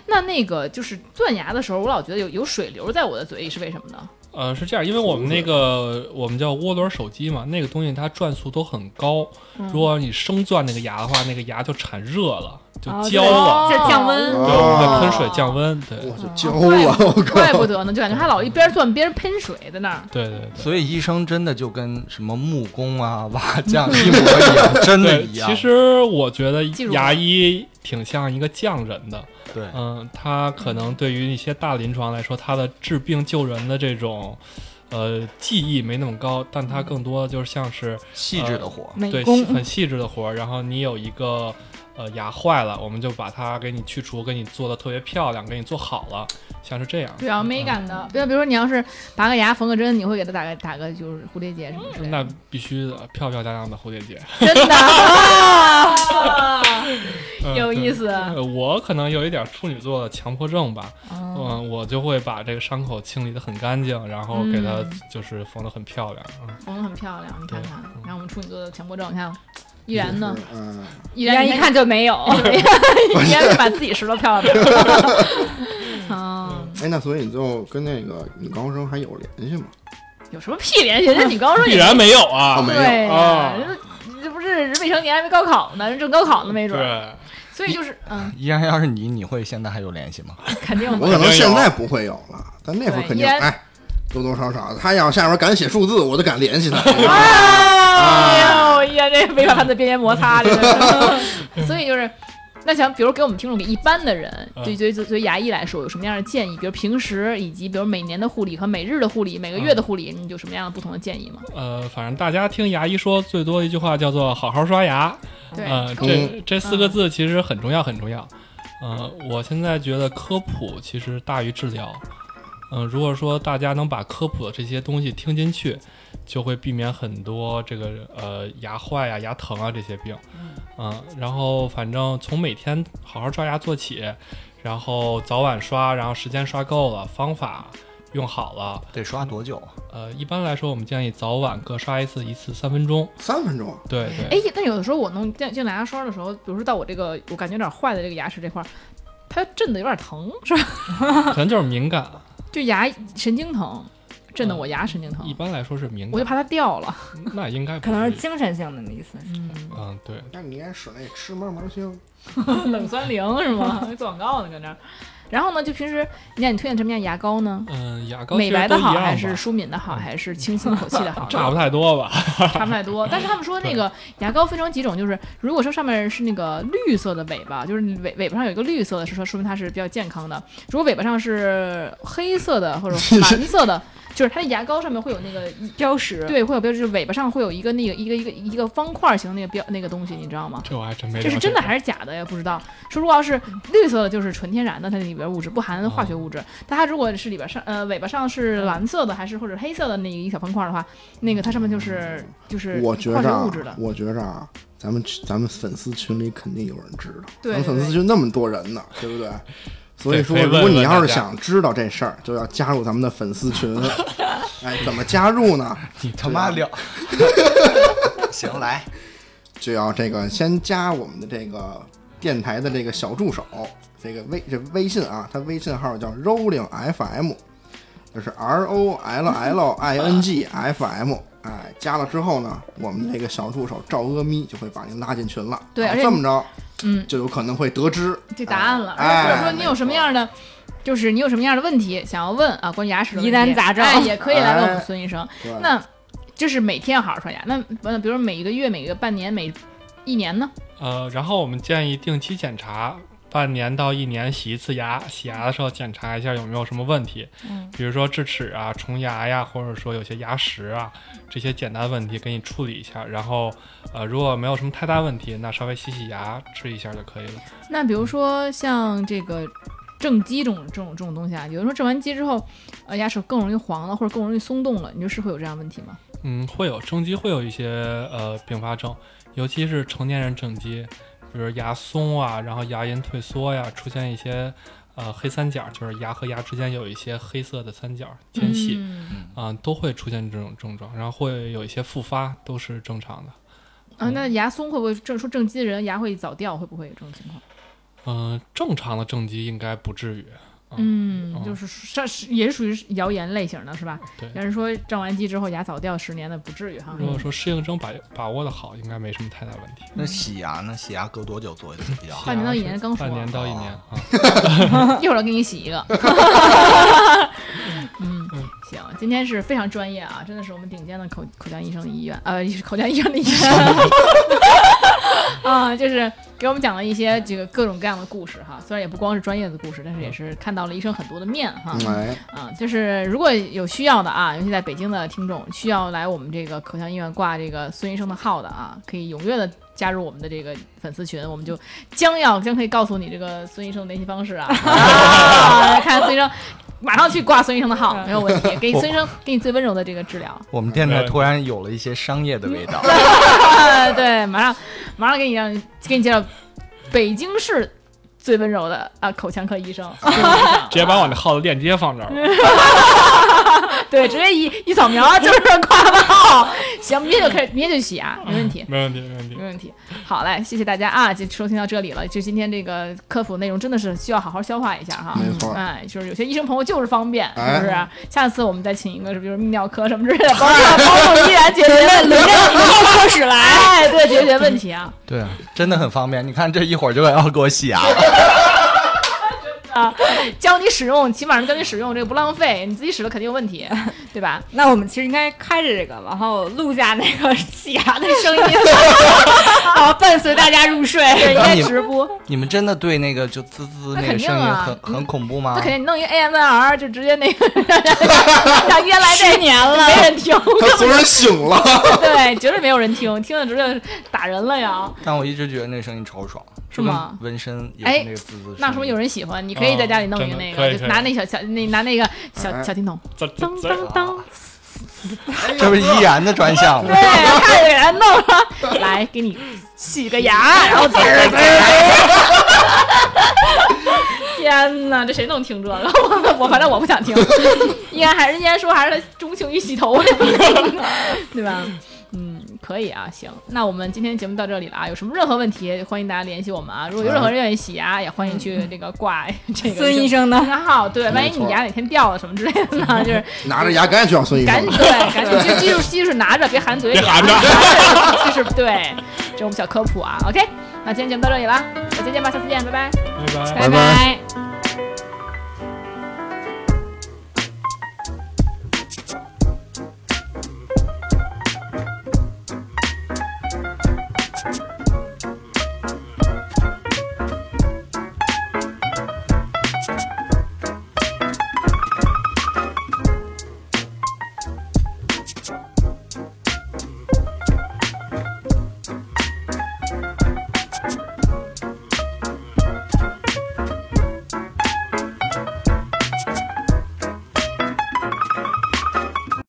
S4: 那那个就是钻牙的时候，我老觉得有有水流在我的嘴里，是为什么呢？
S6: 呃，是这样，因为我们那个我们叫涡轮手机嘛，那个东西它转速都很高，
S4: 嗯
S6: 如果你生钻那个牙的话，那个牙就产热了，就
S2: 哦
S6: 焦了，
S2: 这降温，
S6: 对，
S5: 哦
S6: 我们会喷水降温，对，
S5: 我嗯就
S4: 啊
S5: 焦了，我靠！
S4: 怪不得呢，就感觉他老一边钻边喷水在那儿。
S6: 对对对。
S3: 所以医生真的就跟什么木工啊、瓦匠一模一样，真的
S6: 对，
S3: 一样。
S6: 其实我觉得
S4: 技术活
S6: 牙医挺像一个匠人的，
S3: 对，
S6: 嗯，他可能对于一些大临床来说，他的治病救人的这种。呃，技艺没那么高，但他更多就是像是
S3: 细致的活。
S4: 嗯
S2: 美
S6: 对
S2: 工
S6: 细很细致的活儿。然后你有一个呃牙坏了，我们就把它给你去除，给你做的特别漂亮，给你做好了，像是这样。
S4: 比较美啊感的，比如比如说你要是拔个牙缝个针，你会给它打个打个就是蝴蝶结什么之类
S6: 嗯那
S4: 的，
S6: 必须的，漂漂亮亮的蝴蝶结，
S4: 真的啊
S6: 嗯
S4: 有
S6: 对
S4: 意思。
S6: 呃我可能有一点处女座的强迫症吧，
S4: 哦
S6: 嗯、我就会把这个伤口清理得很干净，然后给它
S4: 嗯
S6: 就是缝得很漂亮。嗯
S4: 缝的很漂亮，你看看
S6: 对。嗯
S4: 然后我们处女座的强迫症，你看依然呢，
S5: 就是？嗯，
S4: 依
S2: 人家
S4: 然
S2: 一看就没有。
S4: 依然把自己拾掇漂亮的。啊，
S5: 哎，那所以你就跟那个女高生还有联系吗？
S4: 有什么屁联系？人家女高中
S6: 必
S4: 也
S6: 然没有啊，
S5: 哦没有
S4: 对呀
S6: 啊，
S4: 人家这不是未成年还没高考呢，人正高考呢，没准儿。
S6: 对，
S4: 所以就是，嗯，
S3: 依然要是你，你会现在还有联系吗？
S4: 肯定
S5: 我
S4: 的。
S5: 可能现在不会有了，但那会儿
S4: 对
S5: 肯定
S4: 依然
S5: 哎，多多少少的。他要下边敢写数字，我都敢联系他。
S4: 哎呦呀，这违反他的边缘摩擦，这是。 所以就是，那想比如给我们听众，给一般的人，
S6: 嗯
S4: 对对对，对于牙医来说，有什么样的建议？比如平时以及比如每年的护理和每日的护理，每个月的护理，你有什么样的不同的建议吗？
S6: 呃，反正大家听牙医说最多一句话叫做“好好刷牙”，
S4: 对
S6: 呃，这这四个字其实很重要，很重要。呃，我现在觉得科普其实大于治疗。嗯，如果说大家能把科普的这些东西听进去，就会避免很多这个呃牙坏啊、牙疼啊这些病。嗯，然后反正从每天好好刷牙做起，然后早晚刷，然后时间刷够了，方法用好了。
S3: 得刷多久啊？
S6: 呃，一般来说，我们建议早晚各刷一次，一次三分钟。
S5: 三分钟，
S6: 对对。
S4: 哎，但有的时候我弄进进牙刷的时候，比如说到我这个我感觉有点坏的这个牙齿这块儿，它震的有点疼，是吧？哎
S6: 可能就是敏感，啊
S4: 就牙神经疼，震得我牙神经疼
S6: 一，般来说是敏
S4: 我就
S6: 感，
S4: 怕它掉了。
S6: 那应该不
S2: 可能是
S6: 至于
S2: 精神性的那意思。
S4: 嗯，
S6: 嗯，对，
S5: 那你也使那吃嘛嘛香，
S4: 冷酸灵是吗？ 做广告呢，搁那儿。然后呢，就平时你看你推荐什么样牙膏呢？
S6: 嗯，牙膏其
S4: 美
S6: 实
S4: 白
S6: 都
S4: 的
S6: 一
S4: 好，
S6: 样
S4: 还
S6: 吧嗯
S4: 是舒敏的好，还是清新口气 的好？
S6: 差不太多吧？
S4: 差不太多。但是他们说那个牙膏分成几种，就是如果说上面是那个绿色的尾巴，就是尾尾巴上有一个绿色的，是说说明它是比较健康的；如果尾巴上是黑色的或者蓝色 的，就是它的牙膏上面会有那个
S2: 标识，
S4: 对，会有标志，就是尾巴上会有一个那个一个一个一个方块形的那个标那个东西，你知道吗？
S6: 这我还真没了解
S4: 这
S6: 过。
S4: 是真的还是假的呀？不知道。说如果要是绿色的，就是纯天然的，它里边物质不
S6: 哦
S4: 含化学物质。但它如果是里边上呃尾巴上是蓝色的，还是或者黑色的那一小方块的话，那个它上面就是就是
S5: 我觉
S4: 化
S5: 着
S4: 学
S5: 啊
S4: 物质的，。
S5: 我觉着啊，咱们咱们粉丝群里肯定有人知道，
S4: 对
S5: 咱们粉丝群那么多人呢，对不对？所以说，
S6: 可以
S5: 如
S6: 问问
S5: 果你要是
S6: 大家
S5: 想知道这事儿，就要加入咱们的粉丝群。哎，怎么加入呢？
S3: 你他妈
S4: 啊
S3: 聊， 行来，
S5: 就要这个先加我们的这个电台的这个小助手，这个微这微信啊，他微信号叫 Rolling FM，就是 R O L L I N G F M。哎，加了之后呢，我们这个小助手赵阿咪就会把您拉进群了。
S4: 对
S5: 啊
S4: 而且
S5: 这么着，
S4: 嗯，
S5: 就有可能会得知
S4: 这答案了。
S5: 哎
S4: 或者说你有什么样的，就是你有什么样的问题想要问啊，关于牙齿的问题
S2: 疑难杂症
S4: 哎，也可以来问我们
S5: 哎
S4: 孙医生。
S5: 对
S4: 那就是每天要好好刷牙。那那比如每个月、每个半年、每一年呢？
S6: 呃，然后我们建议定期检查，半年到一年洗一次牙，洗牙的时候检查一下有没有什么问题，
S2: 嗯
S6: 比如说智齿啊、虫牙呀，或者说有些牙石啊这些简单问题给你处理一下。然后，呃，如果没有什么太大问题，那稍微洗洗牙、吃一下就可以了。
S4: 那比如说像这个正畸这种这种这种东西啊，有人说正完畸之后，呃，牙齿更容易黄了，或者更容易松动了，你说是会有这样的问题吗？
S6: 嗯，会有正畸会有一些呃并发症，尤其是成年人正畸，比如牙松啊，然后牙龈退缩呀、出现一些呃黑三角，就是牙和牙之间有一些黑色的三角间隙。
S4: 嗯
S6: 啊、都会出现这种症状，然后会有一些复发，都是正常的。
S4: 啊，那
S6: 嗯
S4: 牙松会不会正说正畸的人牙会早掉，会不会有这种情况？
S6: 嗯、正常的正畸应该不至于。
S4: 嗯，
S6: 嗯
S4: 就是上是也是属于谣言类型的，是吧？
S6: 对
S4: 有人说正完畸之后牙早掉十年的不至于哈。
S6: 如果说适应症把把握的好，应该没什么太大问题。
S3: 那洗牙呢？洗牙隔多久做一次比较好？
S4: 半年到一
S6: 洗牙
S4: 年
S6: 是
S4: 刚说
S6: 半年到一年啊，
S4: 一会儿我给你洗一个。嗯，行，今天是非常专业啊，真的是我们顶尖的口口腔医生的医院，呃， 口腔医生的医院。 啊，就是给我们讲了一些这个各种各样的故事哈，虽然也不光是专业的故事，但是也是看到了医生很多的面哈。
S5: 嗯哎，
S4: 啊，就是如果有需要的啊，尤其在北京的听众需要来我们这个口腔医院挂这个孙医生的号的啊，可以踊跃的加入我们的这个粉丝群，我们就将要将可以告诉你这个孙医生的联系方式啊，啊看看孙医生。马上去挂孙医生的号，没有问题，给孙医生给你最温柔的这个治疗。
S3: 我们电台突然有了一些商业的味道。
S4: 啊对，马上马上给你让给你介绍北京市最温柔的啊口腔科医生。
S6: 直接把我那号的链接放这儿吧。
S4: 对，直接一一扫描就是挂到号。行，明天就开始，明天就洗啊，没问题。
S6: 没问题，没问题
S4: 没。问题，好嘞，谢谢大家啊！就收听到这里了，就今天这个科普内容真的是需要好好消化一下哈。
S5: 没错
S4: 哎，就是有些医生朋友就是方便，
S5: 哎
S4: 是不是？下次我们再请一个，比如泌尿科什么之类的，帮助帮助依然解决问 题，
S2: 开始来。
S4: 哎，对，解决问题啊。
S3: 对啊，真的很方便。你看，这一会儿就要给我洗牙 了。
S4: 教你使用，起码能教你使用，这个不浪费，你自己使了肯定有问题，对吧？
S2: 那我们其实应该开着这个，然后录下那个 洗牙的 声音，然后伴随大家入睡。
S4: 对，应该
S3: 你
S4: 直播，
S3: 你们真的对那个就滋滋
S4: 那肯
S3: 那个
S4: 定
S3: 声音
S4: 啊
S3: 很很恐怖
S4: 那
S3: 吗
S4: 肯？定你弄一 AMR 就直接那 个，让原来这
S2: 年了
S4: 没人听，
S5: 他昨儿醒了，
S4: 对，绝对没有人听，听了直接打人了呀。
S3: 但我一直觉得那声音超爽，
S4: 是吗？
S3: 纹身有
S4: 哎
S3: 那个字字
S4: 那说明有人喜欢，你可以在家里弄一个
S6: 哦
S4: 那
S6: 真的可
S4: 个，
S6: 以
S4: 就拿那小小那拿那个小
S5: 哎
S4: 小听筒，
S6: 这
S4: 当
S6: 这
S4: 当当，哎
S3: 这不是依然的专项吗
S4: 对，？看着给他弄了，来给你洗个牙， 然后滋儿滋儿滋儿。天哪，这谁能听这个？我我反正我不 想听。依然还是依然说还是他钟情于洗头， 我也不听对吧？嗯，可以啊，行，那我们今天节目到这里了啊，有什么任何问题，欢迎大家联系我们啊。如果有任何人愿意洗牙，也欢迎去这个挂这个
S2: 孙医生呢？
S4: 然后对，万一
S5: 没
S4: 你
S5: 错
S4: 牙哪天掉了什么之类的 呢，就是
S5: 拿着牙赶紧去找孙医
S4: 赶
S5: 生
S4: 紧
S5: 吧。
S4: 对，赶紧就记住记住拿着，别含嘴里、啊，
S6: 别含
S4: 着， 就是对，这是我们小科普啊。OK，那今天节目到这里了，那再见吧，下次见，拜拜，
S6: 拜拜。
S4: 拜
S5: 拜
S4: 拜